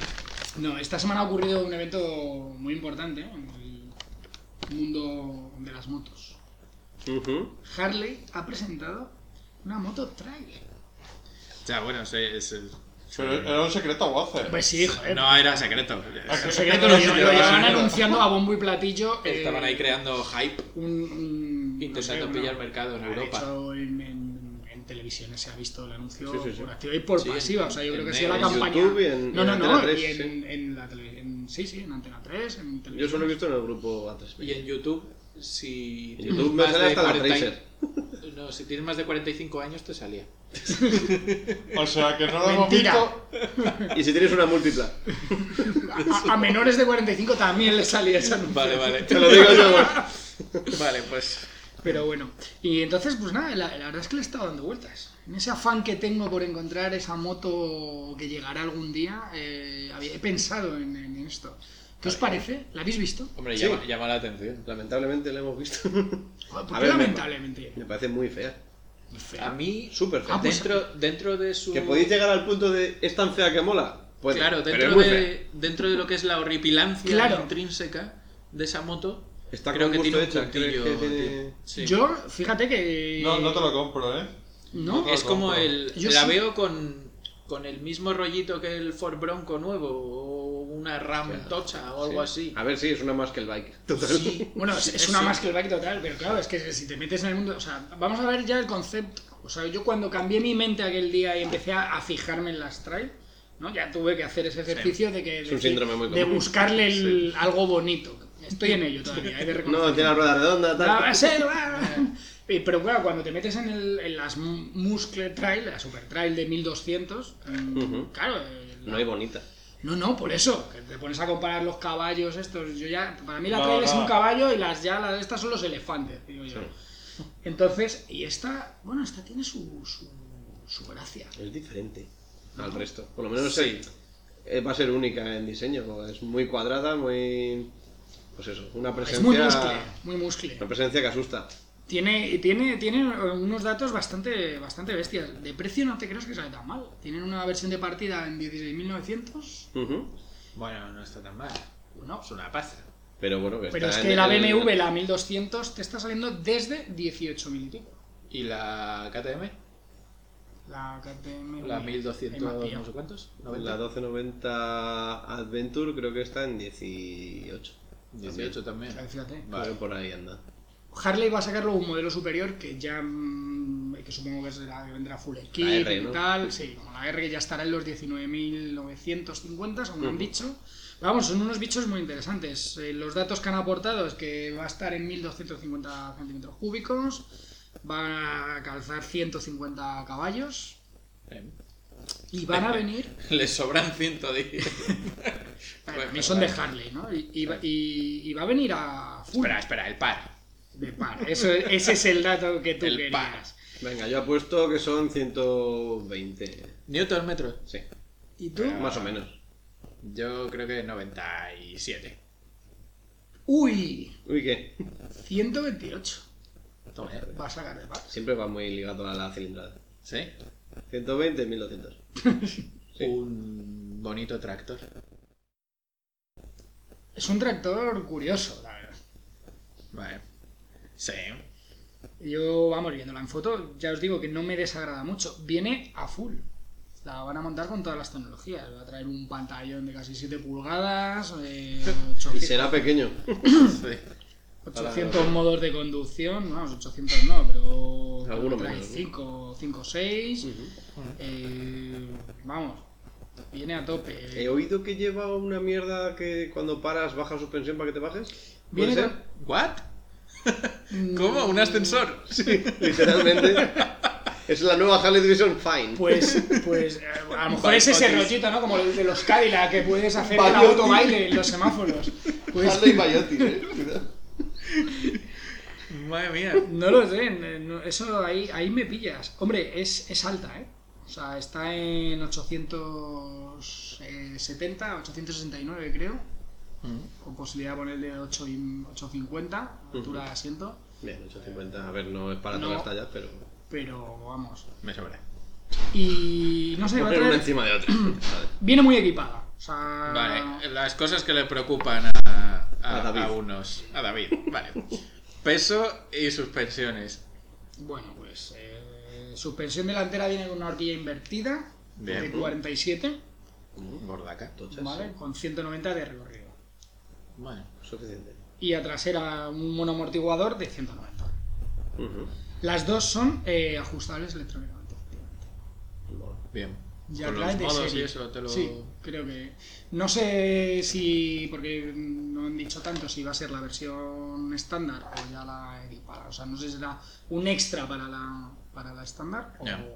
Speaker 2: No, esta semana ha ocurrido un evento muy importante en el mundo de las motos.
Speaker 5: Ujú.
Speaker 2: Harley ha presentado una moto trail.
Speaker 3: Ya, bueno, sí, es, es-
Speaker 4: Pero
Speaker 5: eh,
Speaker 4: era un secreto, Wazer.
Speaker 2: Pues sí, joder.
Speaker 3: no era secreto. Eh,
Speaker 2: el secreto lo, llevan- lo llevan anunciando a bombo y platillo. eh,
Speaker 3: Estaban ahí creando hype,
Speaker 2: un, un-
Speaker 3: intentando
Speaker 2: no sé,
Speaker 3: pillar
Speaker 2: una-
Speaker 3: mercado en
Speaker 2: han
Speaker 3: Europa.
Speaker 2: hecho en, en- en televisiones se ha visto el anuncio
Speaker 3: Sí, sí, sí.
Speaker 2: por activa y por
Speaker 3: Sí,
Speaker 2: pasiva. O sea, yo
Speaker 3: en-
Speaker 2: creo que ha
Speaker 3: en
Speaker 2: sido la
Speaker 3: YouTube
Speaker 2: campaña.
Speaker 5: y en-
Speaker 2: no,
Speaker 5: en
Speaker 2: no, no.
Speaker 5: Antena 3,
Speaker 2: y en,
Speaker 5: sí.
Speaker 2: en la tele- en- sí, sí, en Antena 3. En
Speaker 5: Yo solo he
Speaker 2: televisiones.
Speaker 5: visto en el grupo antes.
Speaker 3: Y en YouTube, si
Speaker 5: En
Speaker 3: tienes
Speaker 5: YouTube me
Speaker 3: más
Speaker 5: sale
Speaker 3: de
Speaker 5: hasta la
Speaker 3: 40 y-
Speaker 5: Tracer.
Speaker 3: No, si tienes más de 45 años te salía.
Speaker 4: O sea que no lo hemos
Speaker 2: Mentira.
Speaker 4: visto.
Speaker 5: Y si tienes una múltipla. (laughs)
Speaker 2: A, a menores de 45 también les salía ese anuncio.
Speaker 3: Vale, vale.
Speaker 5: Te lo digo yo.
Speaker 3: (laughs) Vale, pues.
Speaker 2: Pero bueno, y entonces, pues nada, la, la verdad es que le he estado dando vueltas. En ese afán que tengo por encontrar esa moto que llegará algún día, eh, había- he pensado en, en esto. ¿Qué os parece? ¿La habéis visto?
Speaker 3: Hombre,
Speaker 5: Sí.
Speaker 3: llama, llama la atención.
Speaker 5: Lamentablemente la hemos visto. (laughs)
Speaker 2: Joder, ¿Por
Speaker 5: A
Speaker 2: qué
Speaker 5: ver,
Speaker 2: lamentablemente?
Speaker 5: Me parece muy fea.
Speaker 2: Muy
Speaker 3: A
Speaker 2: fea.
Speaker 3: mí,
Speaker 5: Súper fea.
Speaker 2: Ah, pues-
Speaker 3: dentro, dentro de su.
Speaker 5: Que podéis llegar al punto de es tan fea que mola. Puede,
Speaker 3: claro,
Speaker 5: pero
Speaker 3: dentro
Speaker 5: es muy fea.
Speaker 3: de, dentro de lo que es la horripilancia
Speaker 2: Claro.
Speaker 3: intrínseca de esa moto,
Speaker 5: Está
Speaker 3: creo
Speaker 5: con
Speaker 3: que
Speaker 5: gusto
Speaker 3: tiene un
Speaker 5: hecha, ¿crees
Speaker 3: puntillo.
Speaker 5: que tiene-
Speaker 3: tío. Sí.
Speaker 2: Yo, fíjate que...
Speaker 4: No, no te lo compro, ¿eh?
Speaker 2: ¿No?
Speaker 3: Es como el.
Speaker 2: Yo
Speaker 3: la
Speaker 2: sí.
Speaker 3: veo con, con el mismo rollito que el Ford Bronco nuevo o una Ram Tocha o algo
Speaker 5: Sí. (laughs)
Speaker 3: así.
Speaker 5: A ver si es una más que el
Speaker 2: (laughs)
Speaker 5: bike. Total.
Speaker 3: Sí.
Speaker 2: Bueno, es, es una más que el back total, pero claro, es que si te metes en el mundo. O sea, vamos a ver ya el concepto. O sea, yo cuando cambié mi mente aquel día y empecé a, a fijarme en las trail, ¿no? Ya tuve que hacer ese ejercicio de que.
Speaker 5: Es
Speaker 2: de
Speaker 5: un síndrome muy
Speaker 2: de
Speaker 5: común.
Speaker 2: buscarle el- algo bonito. Estoy en ello todavía,
Speaker 5: (laughs)
Speaker 2: hay
Speaker 5: (laughs)
Speaker 2: de
Speaker 5: No,
Speaker 2: reconocerlo.
Speaker 5: tiene la rueda redonda,
Speaker 2: La va a
Speaker 5: tal.
Speaker 2: ser, va. Y- Pero claro, cuando te metes en, el- en las mu- Muscle Trail, la Super Trail de 1200, mm,
Speaker 5: Ujú.
Speaker 2: claro. eh,
Speaker 5: No hay bonita.
Speaker 2: no, no, por eso. Que te pones a comparar los caballos estos. Yo ya, para mí la
Speaker 4: No,
Speaker 2: trail es
Speaker 4: no.
Speaker 2: un caballo y las ya las de estas son los elefantes, digo yo. Entonces, y esta, bueno, esta tiene su, su, su gracia.
Speaker 5: Es diferente al resto. Por lo menos eh, va a ser única en diseño. Es muy cuadrada, muy. Pues eso, una
Speaker 2: Es muy muscle,
Speaker 5: presencia.
Speaker 2: muy muscle.
Speaker 5: Una presencia que asusta.
Speaker 2: Tiene, y tiene, tiene unos datos bastante, bastante bestias. De precio no te creas que sale tan mal. Tienen una versión de partida en 16.900.
Speaker 5: Ujú.
Speaker 3: Bueno, no está tan mal.
Speaker 2: Bueno,
Speaker 3: Es una paz.
Speaker 5: Pero bueno, que
Speaker 2: pero es
Speaker 5: está
Speaker 2: que
Speaker 5: en
Speaker 2: la
Speaker 5: el-
Speaker 2: BMW, la 1200, te está saliendo desde 18.000 y pico.
Speaker 3: ¿Y la KTM?
Speaker 2: La KTM. uy,
Speaker 3: La
Speaker 2: ahí me ha
Speaker 3: 1200,
Speaker 2: pillado.
Speaker 3: no sé cuántos.
Speaker 5: La
Speaker 3: 90.
Speaker 5: 1290 Adventure creo que está en 18.
Speaker 3: 18
Speaker 2: O
Speaker 3: también.
Speaker 2: sea, fíjate.
Speaker 5: Vale. Por ahí anda.
Speaker 2: Harley va a sacarlo un modelo superior que ya mm, que supongo que será, que vendrá full equip
Speaker 5: La R,
Speaker 2: y
Speaker 5: ¿no?
Speaker 2: tal, sí, como la R que ya estará en los 19.950, según
Speaker 5: Mm.
Speaker 2: han dicho. Vamos, son unos bichos muy interesantes. Eh, los datos que han aportado es que va a estar en 1.250 centímetros cúbicos, va a calzar 150 caballos
Speaker 3: Eh,
Speaker 2: y van
Speaker 5: (laughs)
Speaker 2: a venir
Speaker 3: Le sobran 110.
Speaker 2: Para mí son de Harley, ¿no? Y, y va- y- y va a venir a full.
Speaker 3: (laughs) espera, espera, el par.
Speaker 2: De par. Eso, ese es el dato que tú
Speaker 3: El
Speaker 2: querías.
Speaker 3: par.
Speaker 5: Venga, yo apuesto que son 120.
Speaker 3: Newton metro.
Speaker 5: Sí,
Speaker 2: ¿Y tú?
Speaker 5: más o menos.
Speaker 3: Yo creo que 97.
Speaker 2: Uy,
Speaker 5: Uy, ¿qué?
Speaker 2: 128.
Speaker 3: Toma ya.
Speaker 2: Va a sacar de par.
Speaker 5: Siempre va muy ligado a la cilindrada.
Speaker 3: ¿Sí?
Speaker 5: 120, 1200. Sí.
Speaker 3: Un bonito tractor.
Speaker 2: Es un tractor curioso, la verdad.
Speaker 3: Vale. Sí.
Speaker 2: Yo, vamos, viéndola en foto, ya os digo que no me desagrada mucho. Viene a full. La van a montar con todas las tecnologías. Va a traer un pantallón de casi 7 pulgadas, eh,
Speaker 5: Y
Speaker 2: 800,
Speaker 5: será
Speaker 2: (laughs)
Speaker 5: pequeño.
Speaker 3: sí.
Speaker 2: 800 modos de conducción. Vamos, 800 no, pero.
Speaker 5: Alguno menos, ¿no?
Speaker 2: 5, 5 6. eh, vamos, viene a tope.
Speaker 5: He oído que lleva una mierda que cuando paras baja suspensión para que te bajes. ¿Puede
Speaker 2: Viene
Speaker 5: ser?
Speaker 2: con-
Speaker 3: ¿What? (laughs) ¿Cómo? ¿Un ascensor?
Speaker 5: Sí, (laughs) literalmente. es la nueva Harley Division Fine.
Speaker 2: Pues, pues eh, a lo mejor es ese
Speaker 3: Boicotis.
Speaker 2: rollito, ¿no? Como el de los Cadillac que puedes hacer un
Speaker 5: Bayotis.
Speaker 2: autobaile en los semáforos. Pues,
Speaker 5: Harley Mayotti, ¿eh?
Speaker 2: (laughs)
Speaker 5: Cuidado.
Speaker 3: Madre mía.
Speaker 2: no lo sé, no- no- eso ahí, ahí me pillas. Hombre, es, es alta, ¿eh? O sea, está en 870, 869 creo. Con posibilidad de ponerle 8 y- 850, altura de asiento.
Speaker 5: Bien, 850, a ver, no es para
Speaker 2: No.
Speaker 5: todas las tallas, pero
Speaker 2: Pero vamos.
Speaker 5: me sobra.
Speaker 2: Y no sé, va a
Speaker 5: Poner una
Speaker 2: traer...
Speaker 5: encima de
Speaker 2: (clears throat)
Speaker 5: otra. Vale.
Speaker 2: Viene muy equipada. O sea, Ah.
Speaker 3: Vale, las cosas que le preocupan a, a-
Speaker 5: A David.
Speaker 3: a unos. A David, vale. Peso y suspensiones.
Speaker 2: Bueno, pues eh, suspensión delantera viene con una horquilla invertida de
Speaker 3: Bien.
Speaker 2: 47,
Speaker 3: Gordaca.
Speaker 5: Tochas,
Speaker 2: ¿vale? Con 190 de recorrido.
Speaker 3: Bueno.
Speaker 5: sí, Suficiente.
Speaker 2: Y a trasera un monoamortiguador de 190.
Speaker 5: Ujú.
Speaker 2: Las dos son eh, ajustables electrónicamente. efectivamente.
Speaker 3: Bien.
Speaker 2: Ya
Speaker 3: Con
Speaker 2: trae
Speaker 3: los
Speaker 2: de
Speaker 3: modos
Speaker 2: serie.
Speaker 3: y eso te lo-
Speaker 2: Sí, creo que... No sé si... porque no han dicho tanto si va a ser la versión estándar o ya la equipada. O sea, no sé si será un extra para la, para la estándar o...
Speaker 3: Ya.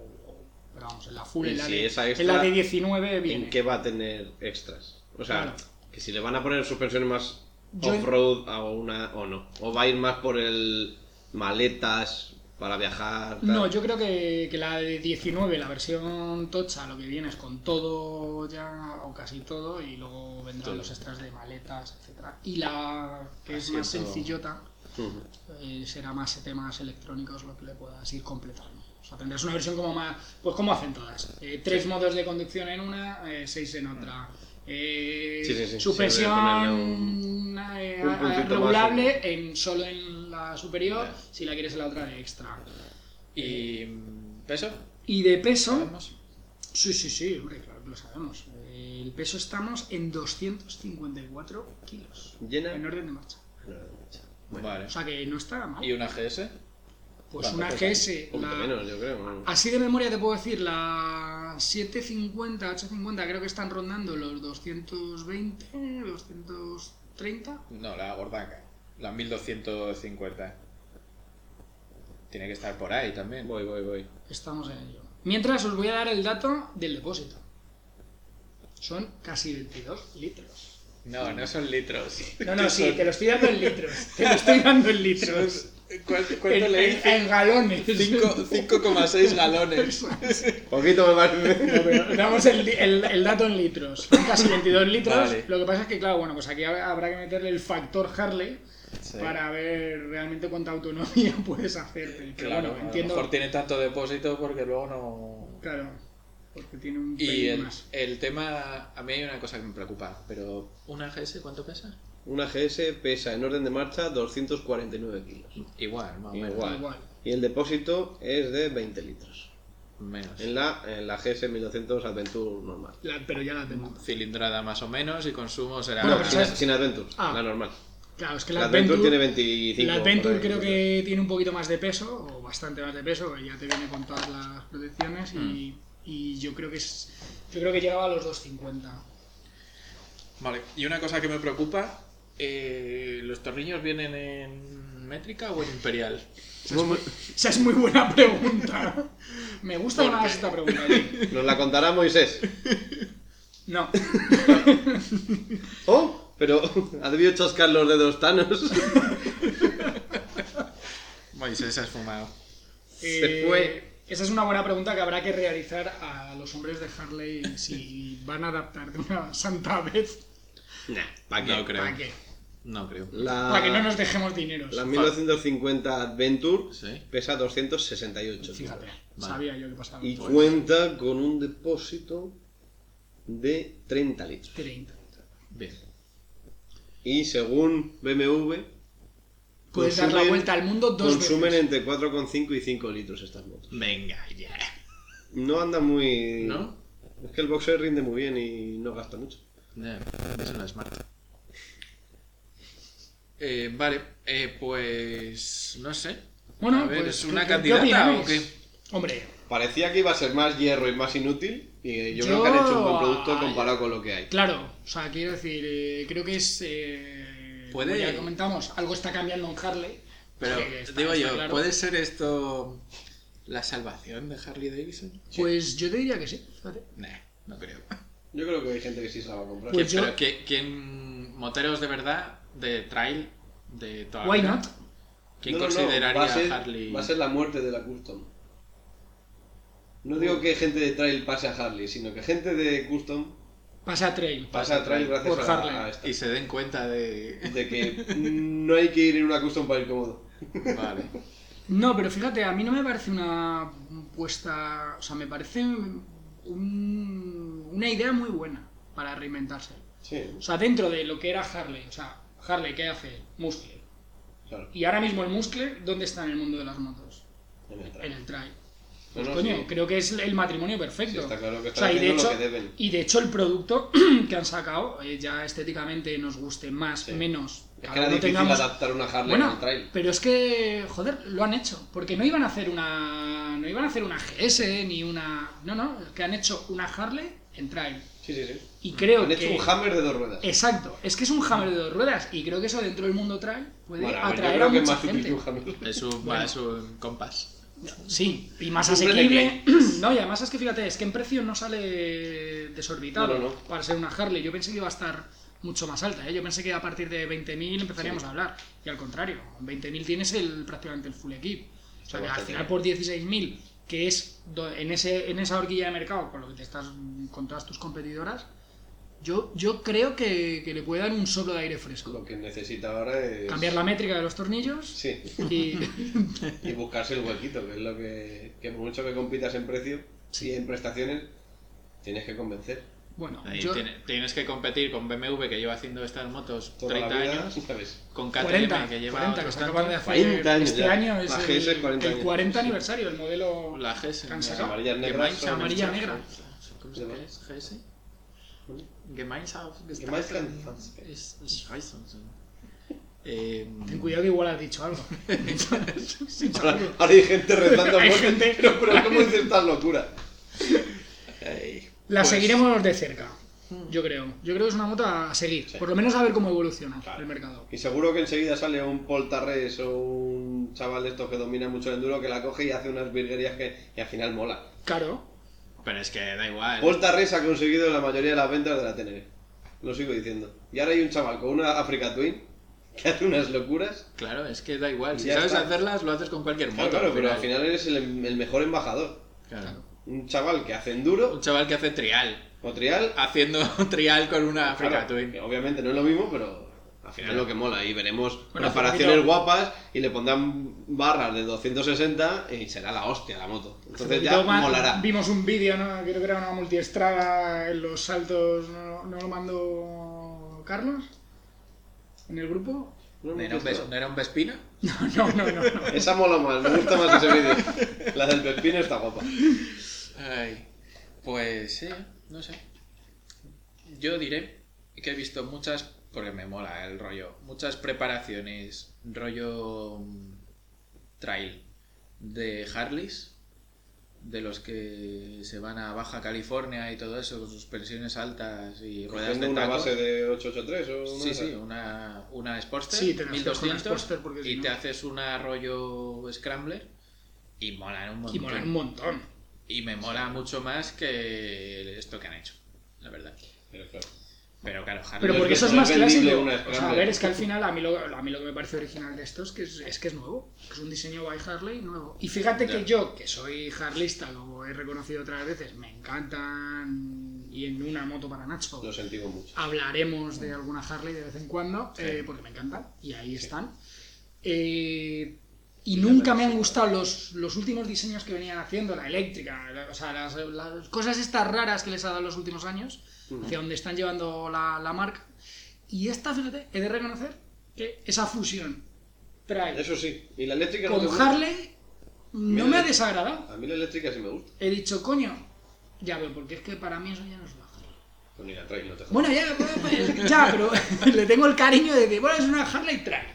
Speaker 2: Pero vamos, en la full,
Speaker 5: Y
Speaker 2: en la,
Speaker 5: si
Speaker 2: de,
Speaker 5: esa
Speaker 2: en
Speaker 5: extra,
Speaker 2: la de 19 viene.
Speaker 5: ¿En qué va a tener extras? O sea,
Speaker 2: Claro.
Speaker 5: que si le van a poner suspensiones más
Speaker 2: Yo-
Speaker 5: off-road a una o no. O va a ir más por el maletas para viajar. tal.
Speaker 2: No, yo creo que, que la de 19, la versión tocha, lo que viene es con todo ya, o casi todo, y luego vendrán
Speaker 5: Todo.
Speaker 2: los extras de maletas, etcétera. Y la que es más
Speaker 3: Asiento.
Speaker 2: sencillota,
Speaker 5: Ujú.
Speaker 2: eh, será más temas electrónicos lo que le puedas ir completando. O sea, tendrás una versión como más, pues como hacen todas. Eh, tres modos de conducción en una, eh, seis en otra. Eh,
Speaker 5: Mm. Sí, sí, sí, siempre
Speaker 2: Suspensión
Speaker 5: ponerle un-
Speaker 2: eh,
Speaker 5: un
Speaker 2: a-
Speaker 5: puntito más
Speaker 2: regulable en, solo en la superior, si la quieres en la otra de extra.
Speaker 3: ¿Y mm, peso?
Speaker 2: Y de peso,
Speaker 3: ¿Sabemos?
Speaker 2: sí, sí, sí, hombre, claro que lo sabemos. El peso estamos en 254 kilos.
Speaker 5: Llena.
Speaker 2: En orden de marcha.
Speaker 5: No, mucha.
Speaker 3: Vale.
Speaker 2: O sea que no está mal.
Speaker 3: ¿Y una GS?
Speaker 2: Pues
Speaker 3: ¿cuánto
Speaker 2: una
Speaker 3: pesa?
Speaker 2: GS.
Speaker 5: Un poquito
Speaker 2: la- Ah.
Speaker 5: menos, yo creo. ¿no?
Speaker 2: Así de memoria te puedo decir, la 750, 850, creo que están rondando los 220, 230.
Speaker 3: No, la gordaca. La 1250. Tiene que estar por ahí también.
Speaker 5: Voy, voy, voy.
Speaker 2: Estamos en ello. Mientras os voy a dar el dato del depósito. Son casi 22 litros.
Speaker 3: No, no son litros.
Speaker 2: (laughs)
Speaker 7: No, no, sí, te lo estoy dando en litros.
Speaker 2: Te
Speaker 5: (laughs)
Speaker 2: lo estoy dando en
Speaker 3: Son-
Speaker 2: litros.
Speaker 3: ¿Cuánto, cuánto
Speaker 2: En-
Speaker 3: le
Speaker 2: en-
Speaker 3: hice?
Speaker 2: En galones.
Speaker 3: 5,6 galones.
Speaker 5: Poquito me
Speaker 2: (laughs)
Speaker 5: parece.
Speaker 2: Damos el, di- el- el dato en litros. Son Casi 22 litros.
Speaker 3: Vale.
Speaker 2: Lo que pasa es que, claro, bueno, pues aquí ha- habrá que meterle el factor Harley
Speaker 3: Sí.
Speaker 2: para ver realmente cuánta autonomía (laughs) puedes hacerte. Pero
Speaker 3: Claro,
Speaker 2: bueno,
Speaker 3: a lo
Speaker 2: entiendo.
Speaker 3: mejor tiene tanto depósito porque luego no...
Speaker 2: Claro, porque tiene un
Speaker 3: Y
Speaker 2: pelín
Speaker 3: el,
Speaker 2: más.
Speaker 3: el tema... A mí hay una cosa que me preocupa, pero... ¿Una GS cuánto pesa?
Speaker 5: Una GS pesa en orden de marcha 249 kilos.
Speaker 3: Igual, más o menos.
Speaker 5: Igual.
Speaker 2: Ah, Igual.
Speaker 5: Y el depósito es de 20 litros.
Speaker 3: Menos.
Speaker 5: En la, en la GS 1200 Adventure normal.
Speaker 2: La- pero ya la tengo.
Speaker 3: Cilindrada más o menos y consumo será...
Speaker 2: Bueno, pero
Speaker 5: sin,
Speaker 2: ¿sabes?
Speaker 5: sin Adventure,
Speaker 2: Ah.
Speaker 5: la normal.
Speaker 2: Claro, es que
Speaker 5: La
Speaker 2: la
Speaker 5: Adventure,
Speaker 2: Adventure,
Speaker 5: tiene 25.
Speaker 2: la
Speaker 5: por
Speaker 2: Adventure
Speaker 5: ahí,
Speaker 2: creo
Speaker 5: yo
Speaker 2: que tiene un poquito más de peso, o bastante más de peso, porque ya te viene con todas las protecciones y,
Speaker 3: Mm.
Speaker 2: y yo creo que es, yo creo que llegaba a los 250.
Speaker 3: Vale, y una cosa que me preocupa... eh, ¿Los tornillos vienen en métrica o en imperial?
Speaker 2: Esa es muy buena pregunta. Me gusta
Speaker 3: ¿Por
Speaker 2: más
Speaker 3: qué?
Speaker 2: esta pregunta. tío.
Speaker 5: Nos la contará Moisés.
Speaker 2: No,
Speaker 5: ¡Oh! Pero (laughs) ha debido chascar los dedos Thanos.
Speaker 2: (laughs)
Speaker 3: Moisés se ha esfumado.
Speaker 5: Se
Speaker 2: eh,
Speaker 5: fue.
Speaker 2: Esa es una buena pregunta que habrá que realizar a los hombres de Harley si van a adaptar de una santa vez.
Speaker 5: Nah, ¿para qué?
Speaker 3: No creo.
Speaker 2: ¿Para qué?
Speaker 3: No creo.
Speaker 5: La,
Speaker 2: Para que no nos dejemos dineros.
Speaker 5: la 1950 Adventure
Speaker 3: Sí.
Speaker 5: pesa 268.
Speaker 2: Fíjate,
Speaker 5: kilos.
Speaker 2: sabía yo que pasaba.
Speaker 5: Y
Speaker 3: Pues-
Speaker 5: cuenta con un depósito de 30 litros.
Speaker 2: 30.
Speaker 3: Bien.
Speaker 5: Y según BMW,
Speaker 2: Puedes dar la
Speaker 5: consumen-
Speaker 2: vuelta al mundo dos
Speaker 5: consumen
Speaker 2: veces.
Speaker 5: entre 4,5 y 5 litros estas motos.
Speaker 3: Venga, ya.
Speaker 5: No anda muy.
Speaker 3: ¿No?
Speaker 5: Es que el boxer rinde muy bien y no gasta mucho.
Speaker 3: Ya, eso no es malo. Eh, vale, eh, pues no sé.
Speaker 2: Bueno,
Speaker 3: A ver,
Speaker 2: pues,
Speaker 3: ¿es una
Speaker 2: ¿qué- qué
Speaker 3: candidata
Speaker 2: opináis?
Speaker 3: o qué?
Speaker 2: Hombre,
Speaker 5: Parecía que iba a ser más hierro y más inútil. Y yo,
Speaker 2: Yo-
Speaker 5: creo que han hecho un buen producto comparado con lo que hay.
Speaker 2: claro, o sea, quiero decir, eh, creo que es. eh,
Speaker 3: Puede-
Speaker 2: como Ya comentamos, algo está cambiando en Harley.
Speaker 3: Pero
Speaker 2: Sí, está-
Speaker 3: digo
Speaker 2: está
Speaker 3: yo,
Speaker 2: claro.
Speaker 3: ¿puede ser esto la salvación de Harley Davidson?
Speaker 2: Pues yo te diría que sí, fíjate.
Speaker 3: Nah, no creo.
Speaker 5: Yo creo que hay gente que sí se la va a comprar.
Speaker 2: Pues
Speaker 3: ¿Qué-
Speaker 2: yo-
Speaker 3: pero qué- quién moteros de verdad de trail de toda la
Speaker 2: Why
Speaker 3: vida?
Speaker 2: not?
Speaker 3: ¿Quién
Speaker 5: No, no, no,
Speaker 3: consideraría
Speaker 5: va a ser-
Speaker 3: Harley?
Speaker 5: Va a ser la muerte de la custom. No digo que gente de trail pase a Harley, sino que gente de custom
Speaker 2: Pasa a trail.
Speaker 5: pasa a trail gracias
Speaker 2: Por
Speaker 5: a,
Speaker 2: Harley.
Speaker 5: a esta. (laughs)
Speaker 3: Y se den cuenta de
Speaker 5: De que no hay que ir en una custom para ir cómodo.
Speaker 9: Vale.
Speaker 2: No, pero fíjate, a mí no me parece una puesta. O sea, me parece un- una idea muy buena para reinventarse.
Speaker 5: Sí,
Speaker 2: O sea, dentro de lo que era Harley. O sea, Harley, ¿qué hace? Muscle.
Speaker 5: claro.
Speaker 2: Y ahora mismo el Muscle, ¿dónde está en el mundo de las motos?
Speaker 5: En el traje.
Speaker 2: En el trail.
Speaker 5: No,
Speaker 2: Pues
Speaker 5: no,
Speaker 2: coño,
Speaker 5: sí.
Speaker 2: creo que es el matrimonio perfecto.
Speaker 5: Sí, está claro que
Speaker 2: O sea,
Speaker 5: están
Speaker 2: y, de
Speaker 5: haciendo
Speaker 2: hecho,
Speaker 5: lo que deben.
Speaker 2: y de hecho el producto (clears throat) que han sacado, eh, ya estéticamente nos guste más,
Speaker 5: Sí.
Speaker 2: menos.
Speaker 5: Es
Speaker 2: cada
Speaker 5: que era
Speaker 2: uno
Speaker 5: difícil
Speaker 2: tengamos-
Speaker 5: adaptar una Harley
Speaker 2: Bueno,
Speaker 5: al trail.
Speaker 2: pero es que, joder, lo han hecho. Porque no iban a hacer una. No iban a hacer una GS ni una. No, no, que han hecho una Harley en trail.
Speaker 5: Sí, sí, sí.
Speaker 2: Y creo
Speaker 5: Mm. Han
Speaker 2: que. eh,
Speaker 5: hecho un hammer de dos ruedas.
Speaker 2: Exacto, es que es un hammer de dos ruedas. Y creo que eso dentro del mundo trail puede
Speaker 5: Bueno, a ver, yo
Speaker 2: atraer a
Speaker 5: creo que es
Speaker 2: mucha
Speaker 5: más útil que
Speaker 2: gente.
Speaker 5: un hammer.
Speaker 3: Es un,
Speaker 2: Bueno.
Speaker 3: es un compás.
Speaker 2: Sí, y más
Speaker 5: Hombre,
Speaker 2: asequible.
Speaker 5: (clears throat)
Speaker 2: No, y además es que fíjate, es que en precio no sale desorbitado
Speaker 5: No, no, no.
Speaker 2: para ser una Harley. Yo pensé que iba a estar mucho más alta, ¿eh? Yo pensé que a partir de 20.000 empezaríamos
Speaker 5: Sí.
Speaker 2: a hablar. Y al contrario, en 20.000 tienes el, prácticamente el full equip. O sea, que al
Speaker 5: Bastante
Speaker 2: final
Speaker 5: bien.
Speaker 2: por 16.000, que es do- en, ese, en esa horquilla de mercado con lo que te estás con todas tus competidoras, yo, yo creo que, que le puede dar un soplo de aire fresco.
Speaker 5: Lo que necesita ahora es.
Speaker 2: Cambiar la métrica de los tornillos
Speaker 5: Sí.
Speaker 2: y... (laughs)
Speaker 5: Y buscarse el huequito, que es lo que. Que por mucho que compitas en precio y en prestaciones, tienes que convencer.
Speaker 2: Bueno,
Speaker 3: Ahí
Speaker 2: yo...
Speaker 3: tiene- tienes que competir con BMW que lleva haciendo estas motos
Speaker 5: Toda
Speaker 3: 30
Speaker 5: la vida,
Speaker 3: años, (laughs)
Speaker 5: ¿sabes?
Speaker 3: con KTM
Speaker 2: 40,
Speaker 3: que lleva
Speaker 2: 40, que
Speaker 3: otros
Speaker 2: se acaban de
Speaker 3: tantos,
Speaker 2: hacer
Speaker 5: 40 años
Speaker 2: este
Speaker 5: ya.
Speaker 2: año es
Speaker 5: La GS
Speaker 2: el,
Speaker 5: 40
Speaker 2: el
Speaker 5: años.
Speaker 2: 40 aniversario, el modelo
Speaker 3: la GS,
Speaker 2: que han
Speaker 3: ¿no?
Speaker 2: sacado.
Speaker 5: Amarillas negras.
Speaker 3: Gemeinsam-
Speaker 5: son-
Speaker 2: Amarilla negra.
Speaker 3: ¿Cómo se llama? ¿GS? Gemeinsam-
Speaker 5: Gemeinsam-
Speaker 3: Es- es Scheiße. Eh,
Speaker 2: Ten cuidado que igual has dicho
Speaker 5: (laughs)
Speaker 2: algo. Sí,
Speaker 5: Ahora,
Speaker 2: seguro.
Speaker 5: ahora hay gente rezando
Speaker 2: Hay
Speaker 5: por-
Speaker 2: gente-
Speaker 5: Pero, pero ¿cómo dices estas locuras?
Speaker 2: La
Speaker 3: Pues-
Speaker 2: seguiremos de cerca,
Speaker 3: Mm.
Speaker 2: yo creo. Yo creo que es una moto a seguir, por lo menos a ver cómo evoluciona
Speaker 5: Claro.
Speaker 2: el mercado.
Speaker 5: Y seguro que enseguida sale un poltarres o un chaval de estos que domina mucho el enduro que la coge y hace unas virguerías que y al final mola.
Speaker 2: Claro,
Speaker 3: Pero es que da igual.
Speaker 5: Poltarres ha conseguido la mayoría de las ventas de la Tenere. Lo sigo diciendo. Y ahora hay un chaval con una Africa Twin que hace unas locuras.
Speaker 3: Claro, es que da igual. Si
Speaker 5: Ya
Speaker 3: sabes
Speaker 5: está.
Speaker 3: hacerlas, lo haces con cualquier moto.
Speaker 5: Claro, claro, pero al final eres el, em, el mejor embajador.
Speaker 3: Claro.
Speaker 5: Un chaval que hace
Speaker 3: Un
Speaker 5: enduro
Speaker 3: chaval que hace trial.
Speaker 5: o trial.
Speaker 3: Haciendo (laughs) un trial con una
Speaker 5: claro,
Speaker 3: Africa Twin.
Speaker 5: que obviamente no es lo mismo, pero al final es lo que mola. Y veremos
Speaker 2: Bueno,
Speaker 5: preparaciones
Speaker 2: hace poquito-
Speaker 5: guapas y le pondrán barras de 260 y será la hostia la moto. Entonces
Speaker 2: Hace
Speaker 5: ya
Speaker 2: poquito más
Speaker 5: molará.
Speaker 2: Vimos un vídeo, ¿no? creo que era una multiestrada en los saltos, ¿no, no lo mandó Carlos? ¿En el grupo? (laughs)
Speaker 5: No,
Speaker 3: ¿No
Speaker 5: no,
Speaker 3: era un ves-
Speaker 5: no.
Speaker 3: no era un Vespina?
Speaker 2: No, no, no. no.
Speaker 5: Esa mola más, me gusta más ese vídeo. La del Pepino está guapa.
Speaker 3: Ay,
Speaker 10: Pues sí, no sé. Yo diré que he visto muchas, porque me mola el rollo, muchas preparaciones, rollo mm, trail de Harleys, de los que se van a Baja California y todo eso, con suspensiones altas y ruedas de
Speaker 5: Cogiendo una
Speaker 10: taco.
Speaker 5: base de 883 o una
Speaker 10: Sí,
Speaker 5: de esas.
Speaker 10: sí, una, una Sportster,
Speaker 2: Sí, te las cojo con la
Speaker 10: 1200,
Speaker 2: Sportster porque si
Speaker 10: y
Speaker 2: no-
Speaker 10: te haces un rollo Scrambler y molan un
Speaker 2: Y
Speaker 10: montón.
Speaker 2: molan un montón.
Speaker 10: Y me mola mucho más que esto que han hecho, la verdad.
Speaker 5: Pero claro.
Speaker 10: Pero claro, Harley.
Speaker 5: No
Speaker 2: Pero
Speaker 5: es
Speaker 2: porque
Speaker 5: que
Speaker 2: eso es
Speaker 5: no es
Speaker 2: más
Speaker 5: vendible
Speaker 2: clásico.
Speaker 5: una
Speaker 2: O sea, a
Speaker 5: Scrambler.
Speaker 2: ver, es que al final a mí lo, a mí lo que me parece original de esto es que es, es que es nuevo. Es un diseño by Harley nuevo. Y fíjate que yo, que soy harlista, como he reconocido otras veces, me encantan y en una moto para Nacho.
Speaker 5: Lo sentimos mucho.
Speaker 2: Hablaremos de alguna Harley de vez en cuando, eh, porque me encantan y ahí están. Eh, y nunca me han gustado los, los últimos diseños que venían haciendo, la eléctrica, la- o sea, las, las cosas estas raras que les ha dado en los últimos años, hacia donde están llevando la, la marca. Y esta, fíjate, he de reconocer que esa fusión trae
Speaker 5: Eso sí. ¿Y la eléctrica no te
Speaker 2: con
Speaker 5: gusta?
Speaker 2: Harley no
Speaker 5: Mira,
Speaker 2: me ha
Speaker 5: la-
Speaker 2: desagradado.
Speaker 5: A mí la eléctrica sí me gusta.
Speaker 2: He dicho, coño, ya veo, porque es que para mí eso ya no es la Harley.
Speaker 5: Con ir a trail no te jodas.
Speaker 2: Bueno, ya, bueno, pues, ya, pero (laughs) le tengo el cariño de que, bueno, es una Harley Trail.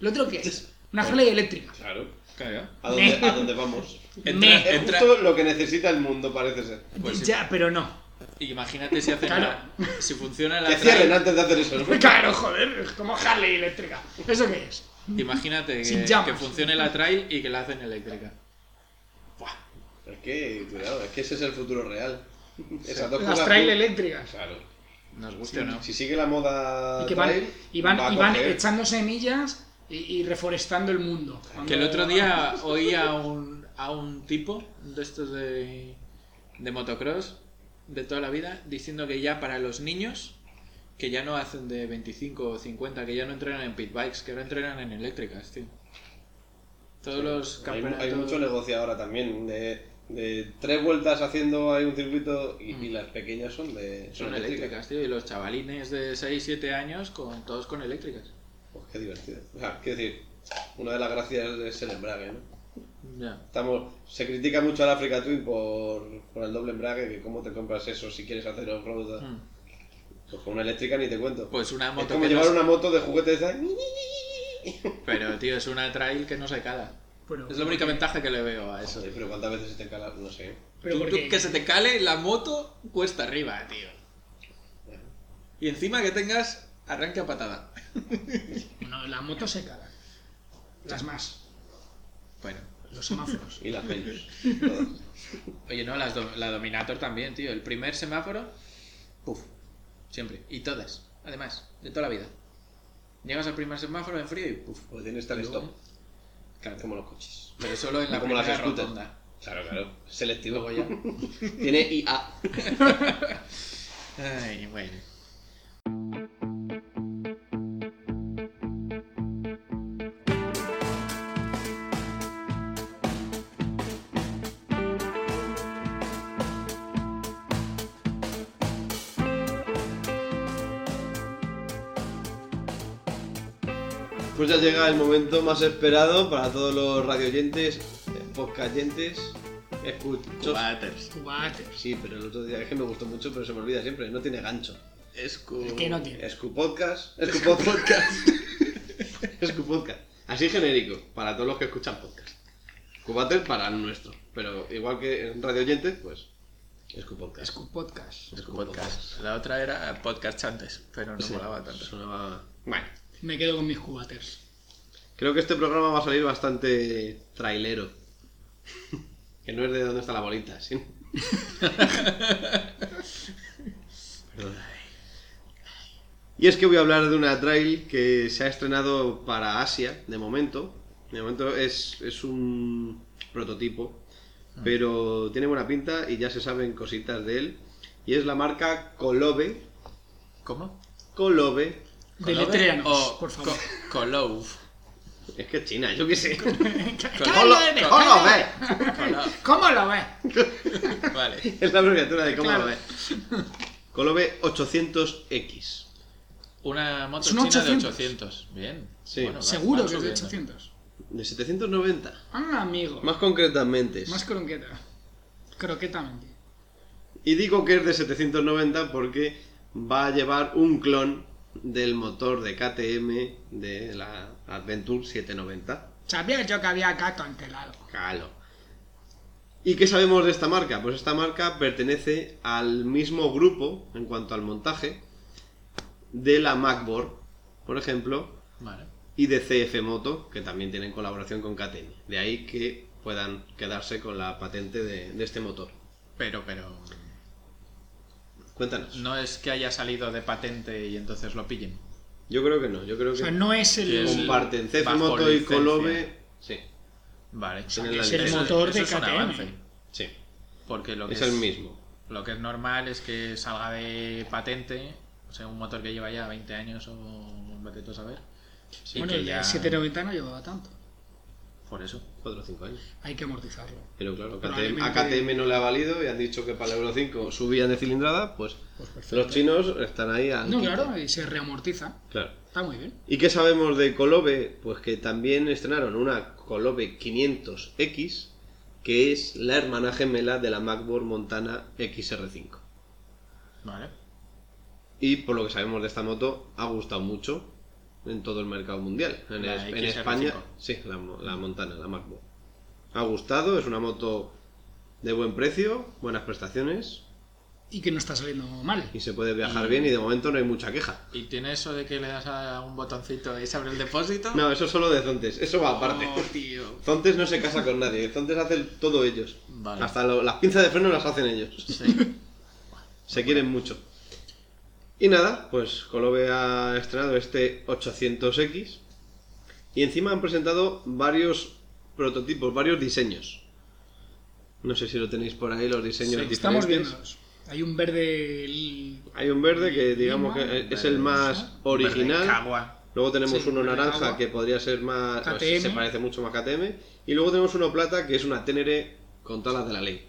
Speaker 2: ¿Lo otro qué es? Una Harley eléctrica.
Speaker 5: Claro.
Speaker 3: claro.
Speaker 5: ¿A dónde,
Speaker 3: (laughs)
Speaker 5: a dónde vamos?
Speaker 2: Me-
Speaker 5: Es justo lo que necesita el mundo, parece ser.
Speaker 3: Pues sí.
Speaker 2: ya, pero no. (laughs)
Speaker 3: Imagínate si hacen
Speaker 2: Claro.
Speaker 3: la- si
Speaker 2: (laughs)
Speaker 3: funciona la
Speaker 5: Que cierren
Speaker 3: trail,
Speaker 5: antes de hacer
Speaker 3: (laughs)
Speaker 5: eso. ¿no?
Speaker 2: Claro, joder, es como Harley eléctrica. ¿Eso qué es?
Speaker 3: imagínate
Speaker 2: Sin
Speaker 3: que,
Speaker 2: llamas.
Speaker 3: que funcione la trail y que la hacen eléctrica.
Speaker 5: Es que, cuidado, es que ese es el futuro real. Esas dos
Speaker 2: Las
Speaker 5: cosas
Speaker 2: trail
Speaker 5: jun-
Speaker 2: eléctricas.
Speaker 5: Claro.
Speaker 3: Nos guste o no.
Speaker 5: Si sigue la moda
Speaker 2: Y que van,
Speaker 5: trail,
Speaker 2: y van,
Speaker 5: va a
Speaker 2: y van
Speaker 5: coger.
Speaker 2: echando semillas y, y reforestando el mundo.
Speaker 3: Que el otro día oí a un, a un tipo de estos de, de motocross de toda la vida diciendo que ya para los niños que ya no hacen de 25 o 50, que ya no entrenan en pit bikes, que ahora entrenan en eléctricas, tío. Todos los
Speaker 5: Hay, mu-
Speaker 3: campeonatos.
Speaker 5: hay mucho negocio ahora también de, de tres vueltas haciendo ahí un circuito y, y las pequeñas son de
Speaker 3: Mm. Son eléctricas, tío. Y los chavalines de 6, 7 años, con, todos con eléctricas.
Speaker 5: Pues qué divertido. O sea, quiero decir, una de las gracias es el embrague, ¿no?
Speaker 3: Ya.
Speaker 5: Estamos, se critica mucho al Africa Twin por, por el doble embrague, que cómo te compras eso si quieres hacer off-road.
Speaker 3: Mm.
Speaker 5: Pues con una eléctrica ni te cuento.
Speaker 3: Pues una
Speaker 5: es
Speaker 3: moto
Speaker 5: como
Speaker 3: que no
Speaker 5: llevar
Speaker 3: se-
Speaker 5: una moto de juguete de esa-
Speaker 3: Pero, tío, es una trail que no se cala.
Speaker 2: Pero,
Speaker 3: Es la única ventaja que le veo a eso.
Speaker 5: Oye, Pero cuántas veces se te cala, no sé.
Speaker 2: pero
Speaker 3: Tú- tú
Speaker 2: porque,
Speaker 3: que se te cale la moto cuesta arriba, tío. Y encima que tengas arranque a patada.
Speaker 2: no, las motos se calan. Las más.
Speaker 3: Bueno.
Speaker 2: Los semáforos.
Speaker 3: (laughs)
Speaker 5: Y las peñas.
Speaker 3: Oye, no, las do- la Dominator también, tío. El primer semáforo, puff. Siempre. Y todas. Además, de toda la vida. Llegas al primer semáforo en frío y puff.
Speaker 5: Pues tienes tal
Speaker 3: Y luego-
Speaker 5: stop,
Speaker 3: Claro.
Speaker 5: como los coches.
Speaker 3: Pero solo en la
Speaker 5: Como las
Speaker 3: primera
Speaker 5: scooters.
Speaker 3: rotonda.
Speaker 5: Claro, claro. Selectivo.
Speaker 3: Luego ya.
Speaker 5: (laughs) Tiene IA.
Speaker 3: Ay, bueno.
Speaker 5: Pues ya llega el momento más esperado para todos los radioyentes, podcastentes, escuchos.
Speaker 3: Cuaters.
Speaker 2: Cubates.
Speaker 5: Sí, pero el otro día es que me gustó mucho, pero se me olvida siempre. No tiene gancho.
Speaker 3: Escu.
Speaker 2: Que no tiene.
Speaker 5: Escu podcast. Escu podcast. (laughs) Escu podcast. Así genérico, para todos los que escuchan podcast. Cubater para el nuestro. Pero igual que en radioyentes, pues. Escu podcast.
Speaker 2: Escu podcast.
Speaker 5: Escu
Speaker 3: Podcast. La otra era podcast antes, pero no
Speaker 5: Sí,
Speaker 3: molaba tanto.
Speaker 5: sonaba- Bueno,
Speaker 2: Me quedo con mis cubaters.
Speaker 5: creo que este programa va a salir bastante trailero. (laughs) Que no es de dónde está la bolita, sí. (laughs) Perdón. Y es que voy a hablar de una trail que se ha estrenado para Asia, de momento. De momento es, es un prototipo, pero tiene buena pinta y ya se saben cositas de él. Y es la marca Colobe.
Speaker 3: ¿Cómo?
Speaker 5: Colobe.
Speaker 2: Deletréanos,
Speaker 3: O
Speaker 2: por favor.
Speaker 3: co- (laughs) Kolov.
Speaker 5: Es que es China, yo qué sé.
Speaker 2: Colobe.
Speaker 5: Colobe.
Speaker 3: Kolov.
Speaker 2: ¿Cómo lo ves?
Speaker 3: Vale.
Speaker 5: (laughs) Es la abreviatura de cómo
Speaker 2: Claro.
Speaker 5: lo ve. Colobe 800X.
Speaker 3: Una moto
Speaker 2: Es un
Speaker 3: china
Speaker 2: 800.
Speaker 3: de 800. Bien.
Speaker 5: Sí.
Speaker 3: va-
Speaker 2: Seguro
Speaker 3: van
Speaker 2: que es de
Speaker 3: subiendo.
Speaker 2: 800.
Speaker 5: De 790.
Speaker 2: Ah, amigo.
Speaker 5: Más concretamente.
Speaker 2: Más croqueta. Croquetamente.
Speaker 5: Y digo que es de 790 porque va a llevar un clon del motor de KTM de la Adventure 790.
Speaker 2: Sabía yo que había gato ante el algo.
Speaker 5: Calo. ¿Y qué sabemos de esta marca? Pues esta marca pertenece al mismo grupo en cuanto al montaje de la MacBoard, por ejemplo,
Speaker 3: Vale.
Speaker 5: y de CF Moto, que también tienen colaboración con KTM. De ahí que puedan quedarse con la patente de, de este motor.
Speaker 3: Pero, pero.
Speaker 5: Cuéntanos.
Speaker 3: No es que haya salido de patente y entonces lo pillen.
Speaker 5: Yo creo que no, yo creo
Speaker 2: O
Speaker 5: que
Speaker 2: sea, no es el.
Speaker 3: es el-
Speaker 5: comparten CF
Speaker 3: bajo
Speaker 5: Moto y
Speaker 3: licencia.
Speaker 5: Colobe. Sí,
Speaker 3: Vale.
Speaker 2: sea,
Speaker 5: tienen la
Speaker 2: es el
Speaker 5: licencia.
Speaker 2: motor de
Speaker 3: es un
Speaker 2: KTM.
Speaker 3: avance,
Speaker 5: sí,
Speaker 3: Porque lo que
Speaker 5: es el mismo.
Speaker 3: Lo que es normal es que salga de patente, o sea, un motor que lleva ya 20 años o un vete tú a saber. y
Speaker 2: bueno,
Speaker 3: que
Speaker 2: el
Speaker 3: ya-
Speaker 2: 790 no llevaba tanto.
Speaker 3: Por eso.
Speaker 5: 4 o 5 años.
Speaker 2: Hay que amortizarlo.
Speaker 5: Pero claro, KTM,
Speaker 2: Probablemente-
Speaker 5: a KTM no le ha valido y han dicho que para el Euro 5 subían de cilindrada, pues
Speaker 2: Pues perfecto.
Speaker 5: los chinos están ahí al
Speaker 2: No,
Speaker 5: quite.
Speaker 2: claro, y se reamortiza.
Speaker 5: Claro.
Speaker 2: Está muy bien.
Speaker 5: ¿Y qué sabemos de Colobe? Pues que también estrenaron una Colobe 500X, que es la hermana gemela de la MacBook Montana XR5.
Speaker 3: Vale.
Speaker 5: Y por lo que sabemos de esta moto, ha gustado mucho en todo el mercado mundial. En,
Speaker 3: La
Speaker 5: es- en
Speaker 3: XR5.
Speaker 5: España, sí, la, mo- la Montana, la MacBook. Ha gustado, es una moto de buen precio, buenas prestaciones
Speaker 2: Y que no está saliendo mal.
Speaker 5: y se puede viajar bien y de momento no hay mucha queja.
Speaker 3: ¿Y tiene eso de que le das a un botoncito y se abre el depósito?
Speaker 5: No, eso solo de Zontes, eso va aparte.
Speaker 3: Oh, tío.
Speaker 5: Zontes no se casa con nadie, Zontes hace todo ellos.
Speaker 3: Vale.
Speaker 5: Hasta lo- las pinzas de freno las hacen ellos.
Speaker 3: Sí.
Speaker 5: (laughs) Se quieren mucho. Y nada, pues Colobe ha estrenado este 800X y encima han presentado varios prototipos, varios diseños. No sé si lo tenéis por ahí, los diseños diferentes.
Speaker 2: Estamos viéndolos. Hay un verde. el-
Speaker 5: Hay un verde que digamos que
Speaker 2: Lima,
Speaker 5: es el
Speaker 2: verde
Speaker 5: más
Speaker 2: rosa,
Speaker 5: original,
Speaker 3: Verde, cagua.
Speaker 5: Luego tenemos
Speaker 2: Sí,
Speaker 5: uno
Speaker 2: pero
Speaker 5: naranja
Speaker 2: agua.
Speaker 5: que podría ser más. o sea, se
Speaker 2: KTM.
Speaker 5: parece mucho más a KTM. Y luego tenemos uno plata que es una Tenere con todas las de la ley.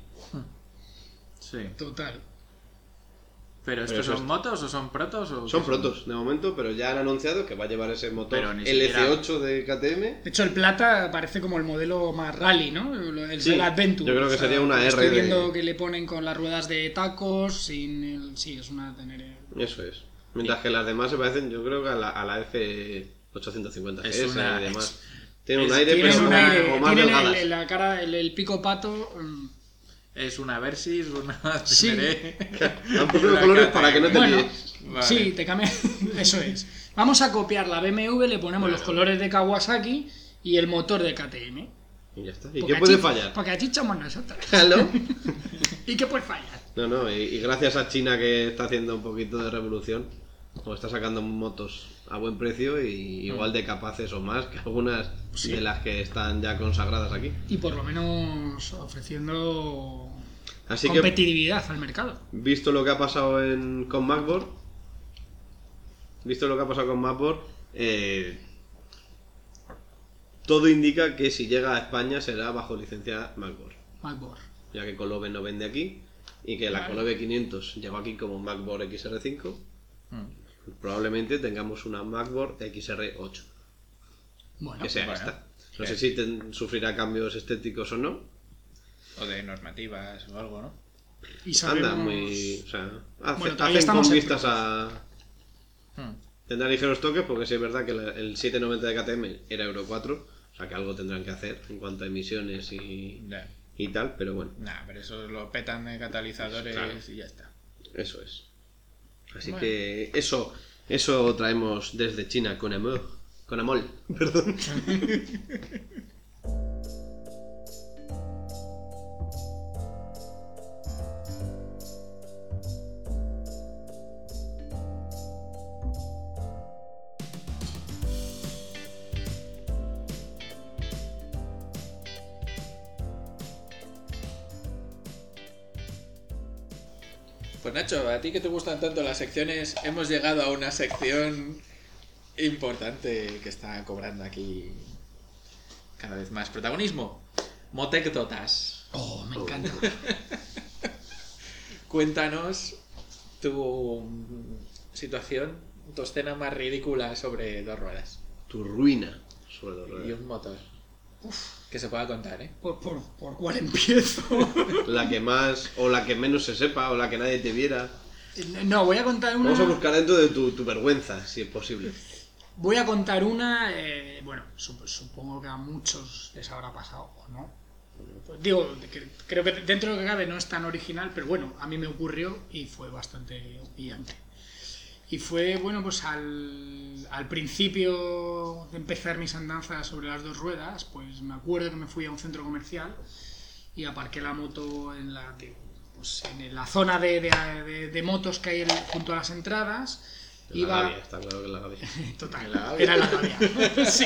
Speaker 11: Sí.
Speaker 2: Total.
Speaker 11: ¿Pero estos
Speaker 5: eso
Speaker 11: son motos o son protos? O
Speaker 5: Son
Speaker 11: qué
Speaker 5: protos de momento, pero ya han anunciado que va a llevar ese motor
Speaker 11: Pero ni
Speaker 5: LC8 de KTM.
Speaker 2: De hecho, el plata parece como el modelo más rally, ¿no? El
Speaker 5: Sí,
Speaker 2: Del Adventure.
Speaker 5: yo creo que sería una
Speaker 2: estoy
Speaker 5: R de-
Speaker 2: viendo que le ponen con las ruedas de tacos, sin el... Sí, es una tener...
Speaker 5: Eso es. Mientras que las demás se parecen, yo creo que a la, a la F850S
Speaker 11: Es una-
Speaker 5: y demás. Tiene un
Speaker 11: es-
Speaker 5: aire,
Speaker 2: Tienen
Speaker 5: Eh, pero
Speaker 2: un
Speaker 5: como-
Speaker 2: aire,
Speaker 5: como más
Speaker 2: tienen el-
Speaker 5: delgadas.
Speaker 2: la cara, el, el pico pato... mm,
Speaker 11: Es una Versys, una (laughs) ¿eh?
Speaker 2: Sí.
Speaker 11: Tenere.
Speaker 5: Han puesto los colores para que no te
Speaker 2: Bueno,
Speaker 5: líes.
Speaker 11: Vale.
Speaker 2: sí, te cambia... (laughs) Eso es. Vamos a copiar la BMW, le ponemos los colores de Kawasaki y el motor de KTM.
Speaker 5: Y ya está. ¿Y
Speaker 2: Porque
Speaker 5: qué puede
Speaker 2: así-
Speaker 5: fallar?
Speaker 2: Porque así somos nosotros. (laughs)
Speaker 5: ¿Halo?
Speaker 2: ¿Y qué puede fallar?
Speaker 5: No, no, y, y gracias a China que está haciendo un poquito de revolución, o está sacando motos a buen precio y igual de capaces o más que algunas de las que están ya consagradas aquí.
Speaker 2: Y por lo menos ofreciendo
Speaker 5: Así que,
Speaker 2: competitividad al mercado.
Speaker 5: visto lo que ha pasado en, con MacBoard, visto lo que ha pasado con MacBoard, eh, todo indica que si llega a España será bajo licencia MacBoard,
Speaker 2: MacBoard.
Speaker 5: ya que Colove no vende aquí y que la
Speaker 2: Vale.
Speaker 5: Colove 500 llegó aquí como MacBoard XR5.
Speaker 2: Mm.
Speaker 5: probablemente tengamos una MacBook XR8,
Speaker 2: Bueno,
Speaker 5: que sea
Speaker 11: bueno.
Speaker 5: esta. No
Speaker 11: Sí.
Speaker 5: sé si ten- sufrirá cambios estéticos o no.
Speaker 11: (laughs) O de normativas o algo, ¿no?
Speaker 2: y sabemos...
Speaker 5: Anda muy. O sea, hace-
Speaker 2: Bueno,
Speaker 5: hacen
Speaker 2: todavía estamos en
Speaker 5: conquistas a.
Speaker 11: Hmm.
Speaker 5: Tendrá ligeros toques, porque sí es verdad que la- el 790 de KTM era Euro 4, o sea que algo tendrán que hacer en cuanto a emisiones y,
Speaker 11: Ya.
Speaker 5: y tal, pero bueno,
Speaker 11: Nah, pero eso lo petan de catalizadores
Speaker 5: Claro.
Speaker 11: y ya está.
Speaker 5: eso es. Así que eso eso traemos desde China con amor. Con amor, perdón.
Speaker 3: Pues Nacho, a ti que te gustan tanto las secciones, hemos llegado a una sección importante que está cobrando aquí cada vez más protagonismo. Motectotas.
Speaker 2: Oh, me encanta. (laughs)
Speaker 3: Cuéntanos tu mm, situación, tu escena más ridícula sobre dos ruedas
Speaker 5: Tu ruina sobre la rueda.
Speaker 3: y un motor. Que se pueda contar, ¿eh?
Speaker 2: ¿Por, por, por
Speaker 5: (laughs)
Speaker 2: cuál (laughs) empiezo?
Speaker 5: La que más, o la que menos se sepa, o la que nadie te viera.
Speaker 2: no, voy a contar una...
Speaker 5: Vamos a buscar dentro de tu, tu vergüenza, si es posible.
Speaker 2: Voy a contar una, eh, bueno, sup- supongo que a muchos les habrá pasado o no. Pues digo, que- creo que dentro de lo que cabe no es tan original, pero bueno, a mí me ocurrió y fue bastante humillante. Y fue, bueno, pues al, al principio de empezar mis andanzas sobre las dos ruedas, pues me acuerdo que me fui a un centro comercial y aparqué la moto en la, de- pues en la zona de, de- de- de motos que hay en- junto a las entradas.
Speaker 5: La gavia, está claro que la gavia.
Speaker 2: Total,
Speaker 3: La novia.
Speaker 2: era la (laughs) novia. Sí,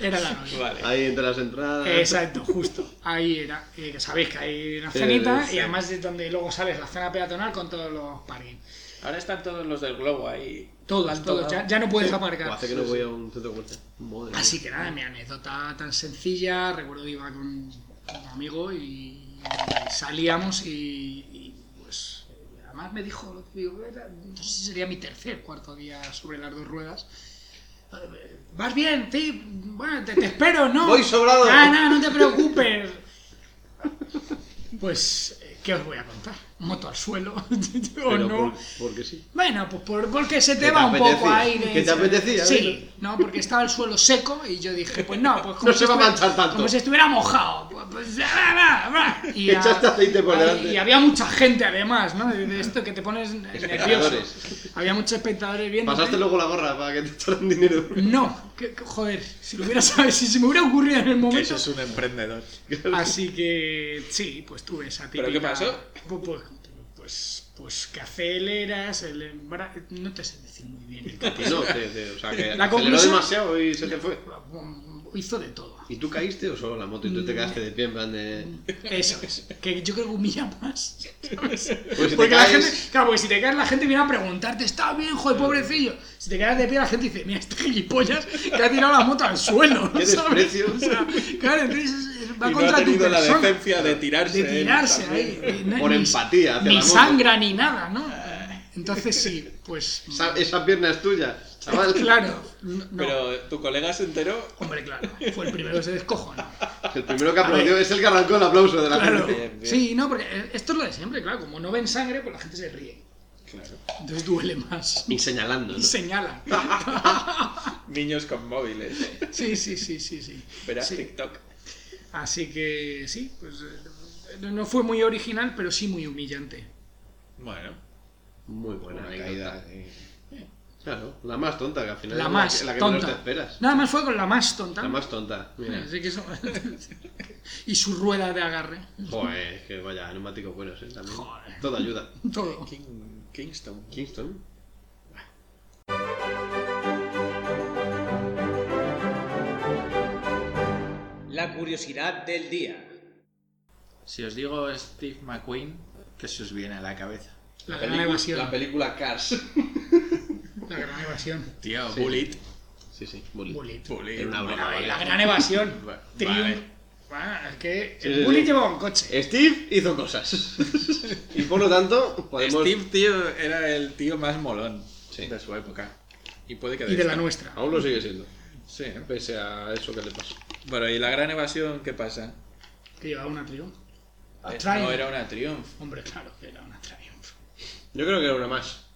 Speaker 2: era la novia.
Speaker 5: Ahí entre las entradas.
Speaker 2: Exacto, justo. Ahí era. eh, que sabéis que hay una cenita
Speaker 5: sí.
Speaker 2: y además de donde luego sales la zona peatonal con todos los parking.
Speaker 3: (laughs) Ahora están todos los del globo ahí.
Speaker 2: Todos,
Speaker 3: Han
Speaker 2: todos.
Speaker 3: tocado.
Speaker 2: Ya, ya no puedes
Speaker 5: O
Speaker 2: aparcar.
Speaker 5: hace que no voy a un centro comercial. Madre mía.
Speaker 2: Así que nada, mi anécdota tan sencilla. Recuerdo que iba con un amigo y salíamos y, y, pues eh, además me dijo, lo que digo, era- no sé si sería mi tercer, cuarto día sobre las dos ruedas. Eh, ¿Vas bien? Sí, bueno, te, te espero, ¿no?
Speaker 5: Voy sobrado.
Speaker 2: Ah, no, no te preocupes. Pues, eh, ¿qué os voy a contar? Moto al suelo, (laughs) o
Speaker 5: Pero
Speaker 2: Oh, no.
Speaker 5: por- porque sí.
Speaker 2: Bueno, pues por, porque se
Speaker 5: ¿Qué
Speaker 2: te
Speaker 5: te
Speaker 2: va un poco
Speaker 5: apetecía?
Speaker 2: ahí. de-
Speaker 5: ¿Qué te apetecía?
Speaker 2: Sí, no, porque estaba el suelo seco y yo dije, pues no, pues como,
Speaker 5: No se va a
Speaker 2: estuviera-
Speaker 5: manchar tanto.
Speaker 2: como si estuviera mojado. Pues, pues, ah, ah, ah. y, a-
Speaker 5: Echaste aceite por
Speaker 2: y-
Speaker 5: delante.
Speaker 2: y había mucha gente además, ¿no? De de esto que te pones nervioso.
Speaker 5: Espectadores.
Speaker 2: Había muchos espectadores viendo.
Speaker 5: Pasaste luego la gorra para que te echaran dinero.
Speaker 2: No, que- que- joder, si lo hubiera sabido, si se me hubiera ocurrido en el momento.
Speaker 3: un emprendedor.
Speaker 2: Así que sí, pues tuve esa típica...
Speaker 3: ¿Pero qué pasó?
Speaker 2: Pu- pu- Pues, pues, que aceleras, el embra- no te sé decir muy bien el
Speaker 5: Que no, que- que- o sea, que
Speaker 2: La
Speaker 5: aceleró
Speaker 2: conclusión-
Speaker 5: demasiado y se te fue.
Speaker 2: hizo de todo.
Speaker 5: ¿Y tú caíste o solo la moto y tú te quedaste de pie en plan de.
Speaker 2: Eso es. Que yo creo que humilla más. ¿sabes?
Speaker 5: Porque Pues si te
Speaker 2: porque la
Speaker 5: caes-
Speaker 2: gente, claro, porque si te caes, la gente viene a preguntarte, ¿está bien, joder, pobrecillo? Si te quedas de pie, la gente dice, mira, este gilipollas que ha tirado la moto al
Speaker 5: (laughs)
Speaker 2: suelo.
Speaker 5: Qué
Speaker 2: ¿sabes?
Speaker 5: desprecio.
Speaker 2: O sea, claro, entonces es- es- va
Speaker 3: Y no
Speaker 2: contra
Speaker 3: ha
Speaker 2: tu
Speaker 3: tenido la
Speaker 2: persona.
Speaker 3: decencia de tirarse.
Speaker 2: de tirarse ahí. eh, no hay
Speaker 5: Por
Speaker 2: ni-
Speaker 5: empatía hacia
Speaker 2: Ni
Speaker 5: la moto. Eh.
Speaker 2: sangra ni nada, ¿no? Entonces sí, pues.
Speaker 5: Esa, esa pierna es tuya, chaval.
Speaker 2: (laughs) Claro. no- no.
Speaker 3: Pero tu colega se enteró.
Speaker 2: Hombre, claro. Fue el primero que se descojonó.
Speaker 5: El primero que aplaudió es el que arrancó el aplauso de la
Speaker 2: Claro.
Speaker 5: gente.
Speaker 2: Sí, no, porque eh, esto es lo de siempre, claro. Como no ven sangre, pues la gente se ríe.
Speaker 3: Claro.
Speaker 2: Entonces duele más. (laughs)
Speaker 5: Y señalando.
Speaker 2: Y
Speaker 5: ¿no?
Speaker 2: señala.
Speaker 3: Niños con móviles.
Speaker 2: Sí, sí, sí, sí, sí.
Speaker 3: Verás
Speaker 2: Sí.
Speaker 3: TikTok.
Speaker 2: Así que sí, pues eh, no no fue muy original, pero sí muy humillante.
Speaker 3: Bueno,
Speaker 5: Muy buena
Speaker 3: una
Speaker 5: anécdota.
Speaker 3: caída. eh.
Speaker 5: Claro, la más tonta, que al final
Speaker 2: La
Speaker 5: es
Speaker 2: más
Speaker 5: la, que
Speaker 2: tonta.
Speaker 5: menos te esperas.
Speaker 2: Nada más fue con la más tonta.
Speaker 5: La más tonta. Mira.
Speaker 2: Así que eso- (laughs) y su rueda de agarre. (laughs)
Speaker 5: Joder, es que vaya, neumáticos buenos, eh. También.
Speaker 2: Joder.
Speaker 5: Todo ayuda.
Speaker 2: Todo.
Speaker 3: King- Kingston.
Speaker 5: Kingston.
Speaker 12: La curiosidad del día.
Speaker 3: Si os digo Steve McQueen, ¿qué se os viene a la cabeza?
Speaker 2: La, gran evasión.
Speaker 5: la
Speaker 2: La,
Speaker 5: película Cars.
Speaker 2: gran evasión.
Speaker 3: Tío, Bullet.
Speaker 5: Sí, sí, bullying.
Speaker 2: Bullet.
Speaker 3: Bullet.
Speaker 5: Era una broma,
Speaker 3: vale.
Speaker 5: vale.
Speaker 2: La gran evasión.
Speaker 3: Va-
Speaker 2: Triunfo.
Speaker 3: vale.
Speaker 2: Bueno, es que
Speaker 5: Sí,
Speaker 2: el
Speaker 5: sí,
Speaker 2: bully
Speaker 5: sí.
Speaker 2: llevaba un coche.
Speaker 5: Steve hizo (laughs) cosas. y por lo tanto, podemos.
Speaker 3: Steve, tío, era el tío más molón
Speaker 5: Sí.
Speaker 3: de su época. Y puede que
Speaker 2: Y de la
Speaker 3: esta.
Speaker 2: nuestra.
Speaker 5: Aún lo sigue siendo.
Speaker 3: Sí. ¿eh?
Speaker 5: Pese a eso que le pasó.
Speaker 3: Bueno, ¿y la gran evasión qué pasa?
Speaker 2: Que llevaba una Triumph. A
Speaker 3: Eh,
Speaker 2: Triumph.
Speaker 3: No era una Triumph.
Speaker 2: Hombre, claro que era una Triumph.
Speaker 5: Yo creo que era una más.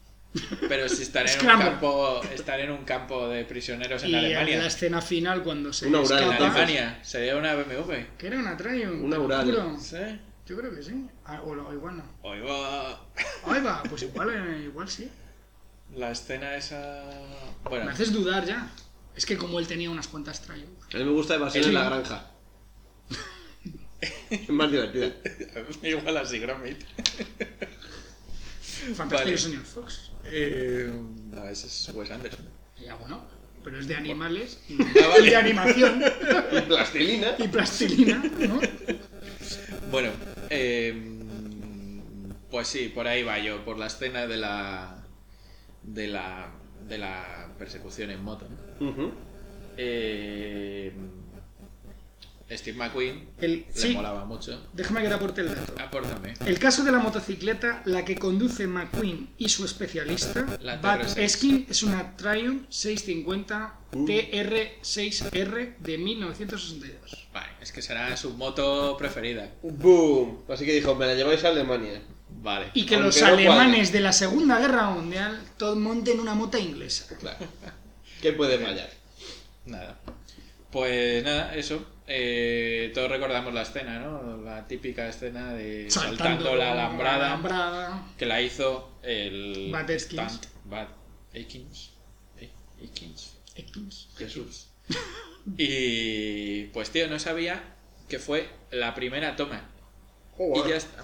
Speaker 3: Pero si estar en, un
Speaker 2: Scramble.
Speaker 3: campo, estar en un campo de prisioneros en
Speaker 2: Y en la
Speaker 3: Alemania.
Speaker 2: escena final, cuando se
Speaker 5: Una Ural,
Speaker 3: En
Speaker 5: entonces.
Speaker 2: escapa,
Speaker 3: Alemania. Sería una BMW.
Speaker 2: que era una Triumph.
Speaker 5: Una
Speaker 2: te lo
Speaker 5: Ural.
Speaker 2: juro.
Speaker 3: Sí.
Speaker 2: Yo creo que sí. Ah, O, o igual no.
Speaker 3: Hoy va.
Speaker 2: Ahí va, pues igual, eh, igual sí.
Speaker 3: La escena esa.
Speaker 2: (laughs)
Speaker 3: Bueno, (laughs)
Speaker 2: Me haces dudar ya. Es que como él tenía unas cuantas Triumph.
Speaker 5: A mí me gusta Evasión
Speaker 3: Sí.
Speaker 5: en la granja. (laughs) es más divertida.
Speaker 3: igual así, Gromit.
Speaker 2: Fantástico
Speaker 3: Vale.
Speaker 2: señor Fox.
Speaker 3: Eh, no, ese es Wes Anderson.
Speaker 2: Ya bueno. Pero es de animales y,
Speaker 3: Ah,
Speaker 2: (laughs)
Speaker 3: vale.
Speaker 2: y de animación
Speaker 5: Y (laughs) plastilina.
Speaker 2: y plastilina, ¿no?
Speaker 3: Bueno, eh, pues sí, por ahí va yo, por la escena de la de la de la persecución en moto. ¿no?
Speaker 5: Ujú.
Speaker 3: Eh, Steve McQueen
Speaker 2: El,
Speaker 3: le
Speaker 2: sí,
Speaker 3: molaba mucho.
Speaker 2: déjame que te aporte el dato.
Speaker 3: Apórtame.
Speaker 2: El caso de la motocicleta, la que conduce McQueen y su especialista,
Speaker 3: La
Speaker 2: Bat
Speaker 3: TR6.
Speaker 2: Eskin, es una Triumph 650 TR6R de 1962.
Speaker 3: Vale, es que será su moto preferida.
Speaker 5: Boom. Así que dijo, me la lleváis a Alemania.
Speaker 3: Vale.
Speaker 2: Y que
Speaker 5: Aunque
Speaker 2: los
Speaker 5: no cuadre.
Speaker 2: alemanes de la Segunda Guerra Mundial todo monten una mota inglesa.
Speaker 5: Claro. ¿Qué puede fallar?
Speaker 3: Nada. Pues nada, eso. Eh, todos recordamos la escena, ¿no? La típica escena de saltando, la
Speaker 2: la
Speaker 3: alambrada.
Speaker 2: alambrada.
Speaker 3: que la hizo el
Speaker 2: Bad Atkins.
Speaker 3: tant- Bad Atkins. A- Atkins.
Speaker 2: Ekins.
Speaker 3: Eh, Jesús. Y pues tío, no sabía que fue la primera toma. Y ya está.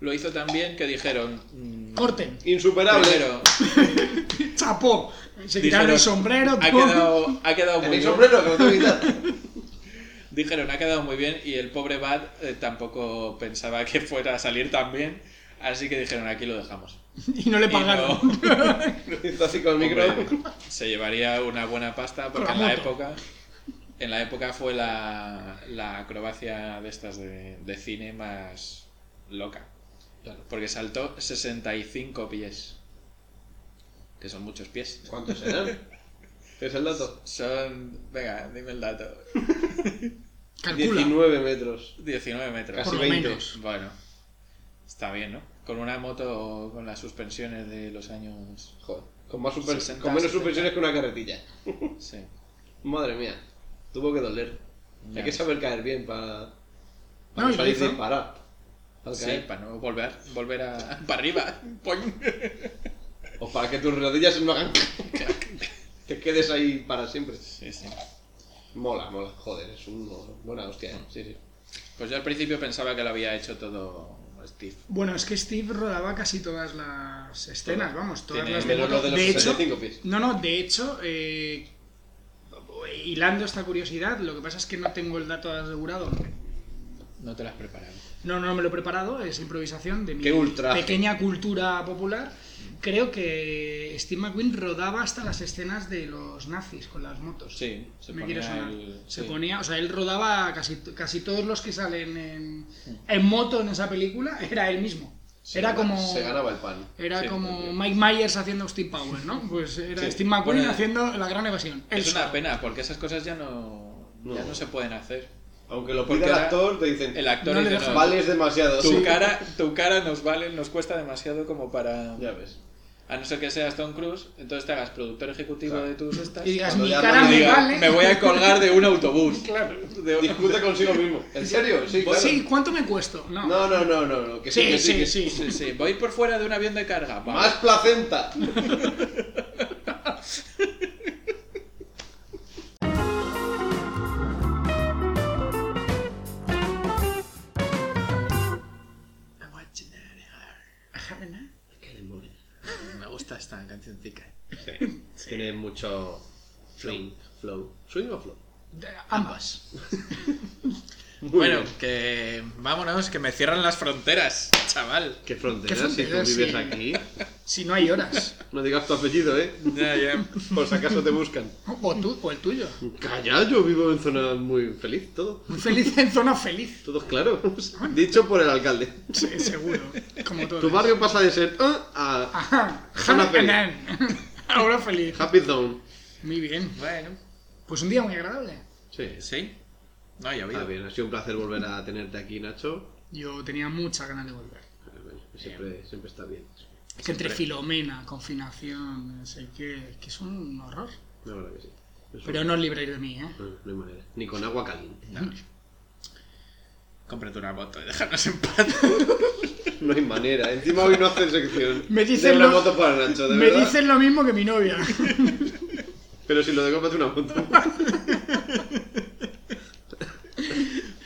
Speaker 3: Lo hizo tan bien que dijeron. mm,
Speaker 2: Corten.
Speaker 5: Insuperable.
Speaker 3: Primero,
Speaker 2: Chapó. Se quitaron
Speaker 3: Dijeron,
Speaker 2: el sombrero.
Speaker 3: ha
Speaker 2: pum.
Speaker 3: quedado, ha quedado muy
Speaker 5: ¿Tenéis
Speaker 3: bien.
Speaker 5: sombrero que lo tengo que
Speaker 3: (laughs)
Speaker 5: quitar?
Speaker 3: Dijeron, ha quedado muy bien. Y el pobre Bad eh, tampoco pensaba que fuera a salir tan bien. Así que dijeron, aquí lo dejamos.
Speaker 2: Y no le
Speaker 3: Y
Speaker 2: pagaron.
Speaker 3: no-
Speaker 5: Hizo así con el micro.
Speaker 3: Hombre, se llevaría una buena pasta porque
Speaker 2: Con
Speaker 3: en
Speaker 2: la
Speaker 3: la
Speaker 2: moto.
Speaker 3: época en la época fue la, la acrobacia de estas de, de cine más loca. Porque saltó 65 pies. Que son muchos pies.
Speaker 5: ¿Cuántos eran? ¿Es el dato?
Speaker 3: Son, venga, dime el dato.
Speaker 2: Calcula.
Speaker 5: 19 metros.
Speaker 3: 19 metros.
Speaker 5: Casi
Speaker 2: Por lo
Speaker 5: 20.
Speaker 2: menos.
Speaker 3: Bueno, está bien, ¿no? Con una moto con las suspensiones de los años...
Speaker 5: Joder. Con, más super-
Speaker 3: 60,
Speaker 5: con menos
Speaker 3: 70.
Speaker 5: suspensiones que una carretilla.
Speaker 3: Sí.
Speaker 5: Madre mía. Tuvo que doler.
Speaker 3: Ya
Speaker 5: Hay que
Speaker 3: ves.
Speaker 5: saber caer bien para,
Speaker 2: No,
Speaker 5: para no
Speaker 2: y lo
Speaker 5: salir
Speaker 2: hizo.
Speaker 5: disparado. Al
Speaker 3: Sí,
Speaker 5: caer.
Speaker 3: para no volver, volver a... (laughs) para arriba. Poing.
Speaker 5: O Pues para que tus rodillas no hagan. Te quedes ahí para siempre.
Speaker 3: Sí, sí.
Speaker 5: Mola, mola. Joder, es una buena hostia. ¿eh? Sí, sí.
Speaker 3: Pues yo al principio pensaba que lo había hecho todo Steve.
Speaker 2: Bueno, es que Steve rodaba casi todas las escenas, vamos, todas
Speaker 3: Tiene
Speaker 2: las
Speaker 5: menos lo
Speaker 2: moto.
Speaker 5: de los
Speaker 2: hecho,
Speaker 5: 65 pies.
Speaker 2: no, no, de hecho, eh, hilando esta curiosidad, lo que pasa es que no tengo el dato asegurado.
Speaker 3: No te las preparado.
Speaker 2: No, no me lo he preparado, es improvisación de mi
Speaker 5: Qué ultraje.
Speaker 2: pequeña cultura popular. Creo que Steve McQueen rodaba hasta las escenas de los nazis con las motos.
Speaker 3: Sí, se
Speaker 2: Me
Speaker 3: ponía
Speaker 2: quiere sonar.
Speaker 3: el-
Speaker 2: Se
Speaker 3: sí.
Speaker 2: ponía, o sea, él rodaba casi, casi todos los que salen
Speaker 3: Mm.
Speaker 2: en, en moto en esa película, era él mismo. era como
Speaker 5: Se ganaba el pan.
Speaker 2: era
Speaker 3: Sí,
Speaker 2: como
Speaker 3: porque-
Speaker 2: Mike Myers haciendo Austin Powers, ¿no? Pues era
Speaker 3: Sí.
Speaker 2: Steve McQueen
Speaker 3: Bueno,
Speaker 2: haciendo la gran evasión. Él
Speaker 3: Es una
Speaker 2: solo.
Speaker 3: pena, porque esas cosas ya no, ya no se pueden hacer.
Speaker 5: Aunque lo
Speaker 3: Porque
Speaker 5: pida el
Speaker 3: ahora
Speaker 5: actor, te dicen,
Speaker 3: El actor
Speaker 2: No le
Speaker 3: dice,
Speaker 2: dejan-
Speaker 3: "No,
Speaker 5: vales demasiado.
Speaker 3: tu, cara, tu cara nos vale, nos cuesta demasiado como para...
Speaker 5: Ya ves.
Speaker 3: A no ser que seas Tom Cruise, entonces te hagas productor ejecutivo de tus estas.
Speaker 2: Y digas,
Speaker 5: Cuando
Speaker 2: mi
Speaker 5: ya
Speaker 2: cara
Speaker 5: no
Speaker 2: me
Speaker 3: diga,
Speaker 2: vale.
Speaker 3: me voy a colgar de un autobús.
Speaker 2: (laughs) Claro.
Speaker 3: De un-
Speaker 5: Discute consigo mismo. ¿En serio? Sí, claro.
Speaker 2: Sí, ¿cuánto me cuesto? No.
Speaker 5: No, no, no, no, no, que sí,
Speaker 2: sí,
Speaker 5: que sí,
Speaker 2: sí,
Speaker 5: que
Speaker 2: sí.
Speaker 3: Sí, sí, voy a ir por fuera de un avión de carga. Va.
Speaker 5: Más placenta.
Speaker 3: Me gusta esta cancioncica.
Speaker 5: Tiene mucho swing, flow. ¿Swing o flow?
Speaker 2: De- Ambas.
Speaker 3: Bueno, que vámonos, que me cierran las fronteras, chaval.
Speaker 5: ¿Qué frontera,
Speaker 2: ¿Qué frontera,
Speaker 5: si tú vives
Speaker 2: sí?
Speaker 5: aquí?
Speaker 2: Si no hay horas.
Speaker 5: No digas tu apellido, ¿eh?
Speaker 3: Ya, ya.
Speaker 5: Por si acaso te buscan.
Speaker 2: O tú, o el tuyo.
Speaker 5: Calla, yo vivo en zona muy feliz, todo.
Speaker 2: Muy feliz en zona feliz.
Speaker 5: Todo
Speaker 2: (laughs)
Speaker 5: claro. Dicho por el alcalde.
Speaker 2: Sí, seguro. Como todos.
Speaker 5: Tu barrio pasa de ser ah, a
Speaker 2: Ajá.
Speaker 5: Zona
Speaker 2: Hanan. Ahora feliz.
Speaker 5: Happy Zone.
Speaker 2: Muy bien.
Speaker 3: Bueno,
Speaker 2: Pues un día muy agradable.
Speaker 5: Sí.
Speaker 3: sí. No, ya
Speaker 5: Está
Speaker 3: oído.
Speaker 5: bien, ha sido un placer volver a tenerte aquí, Nacho.
Speaker 2: Yo tenía muchas ganas de volver.
Speaker 5: Pero bueno, Siempre, siempre está bien.
Speaker 2: Es que entre Filomena, confinación, no sé qué, que es un horror.
Speaker 5: La verdad que sí. Es
Speaker 2: Pero
Speaker 5: un-
Speaker 2: no os libréis de mí, ¿eh?
Speaker 5: No, no hay manera. Ni con agua caliente.
Speaker 3: Cómprate una moto y déjanos en paz.
Speaker 5: (laughs)
Speaker 3: (laughs)
Speaker 5: No hay manera. Encima hoy no hace sección.
Speaker 2: (laughs) Me
Speaker 5: de
Speaker 2: dicen
Speaker 5: una
Speaker 2: lo-
Speaker 5: moto para Nacho, de
Speaker 2: Me
Speaker 5: verdad.
Speaker 2: dicen lo mismo que mi novia.
Speaker 5: Pero si lo de cómprate una moto. (laughs)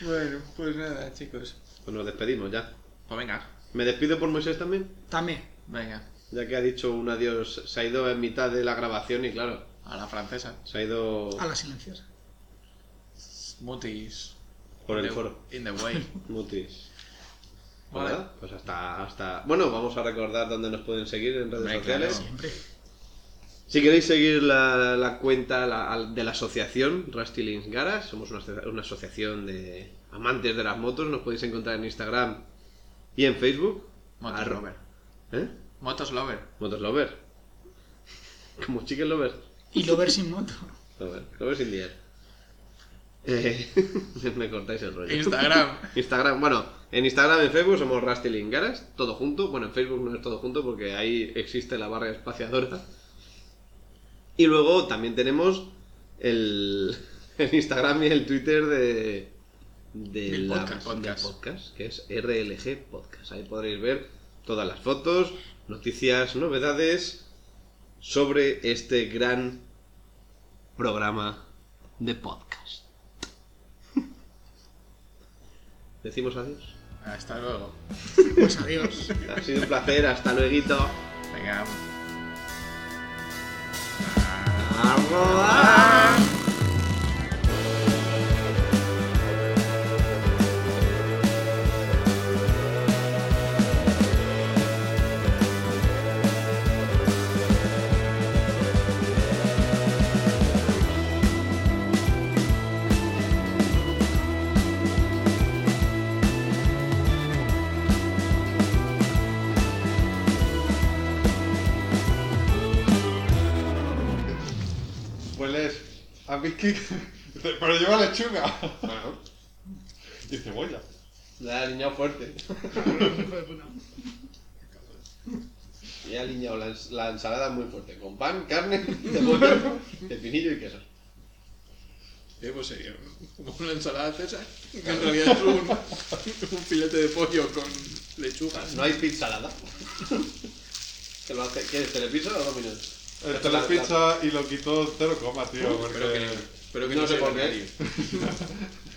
Speaker 3: bueno, pues nada, chicos.
Speaker 5: Pues nos despedimos ya.
Speaker 3: Pues venga,
Speaker 5: ¿Me despido por Moisés también?
Speaker 2: También.
Speaker 3: venga.
Speaker 5: Ya que ha dicho un adiós, se ha ido en mitad de la grabación y claro,
Speaker 3: A la francesa.
Speaker 5: se ha ido
Speaker 2: A la silenciosa.
Speaker 3: Mutis.
Speaker 5: por el
Speaker 3: The-
Speaker 5: foro.
Speaker 3: In the
Speaker 5: (laughs)
Speaker 3: way.
Speaker 5: Mutis.
Speaker 3: Vale.
Speaker 5: Nada, Pues hasta, hasta. Bueno, vamos a recordar dónde nos pueden seguir en redes
Speaker 3: Hombre,
Speaker 5: sociales.
Speaker 3: claro.
Speaker 2: Siempre.
Speaker 5: Si queréis seguir la, la cuenta la- al- de la asociación Rusty Links Garas, somos una, aso- una asociación de amantes de las motos, nos podéis encontrar en Instagram y en Facebook.
Speaker 3: Motos
Speaker 5: Arro-
Speaker 3: lover.
Speaker 5: ¿Eh?
Speaker 3: Motos lover.
Speaker 5: (laughs) Motos Lover. Como chicken lover.
Speaker 2: Y lo ver sin moto.
Speaker 5: Lover, lover sin dier. Eh, (laughs) me cortáis el rollo.
Speaker 3: Instagram.
Speaker 5: (laughs) Instagram, bueno, en Instagram, en Facebook somos Rusty Link Garage, todo junto. Bueno, en Facebook no es todo junto porque ahí existe la barra espaciadora. Y luego también tenemos el, (laughs) el Instagram y el Twitter de, de
Speaker 3: Del
Speaker 5: la-
Speaker 3: podcast.
Speaker 5: del podcast, que es RLG Podcast. Ahí podréis ver todas las fotos, noticias, novedades sobre este gran programa de podcast. (laughs) Decimos adiós.
Speaker 3: Hasta luego.
Speaker 2: Pues adiós.
Speaker 5: Ha sido un placer, hasta luego.
Speaker 3: Venga.
Speaker 4: Hueles Pues a biscuit, (laughs) pero lleva lechuga. Y cebolla.
Speaker 5: Le ha alineado fuerte.
Speaker 2: Hijo de puta.
Speaker 5: Le ha alineado la, ens- la ensalada muy fuerte. Con pan, carne, (laughs) cebolla, pepinillo y queso.
Speaker 3: Eh, pues sería como una ensalada César, que en realidad es un, (laughs) un filete de pollo con lechuga.
Speaker 5: No hay pizza salada. (laughs) ¿Te lo hace? ¿Quieres telepiso o dominos?
Speaker 4: Esto es la pizza y lo quitó 0, tío.
Speaker 3: Pero que,
Speaker 4: Porque...
Speaker 3: pero que
Speaker 5: No
Speaker 3: no,
Speaker 5: sé
Speaker 3: sepa
Speaker 5: por qué.
Speaker 3: nadie.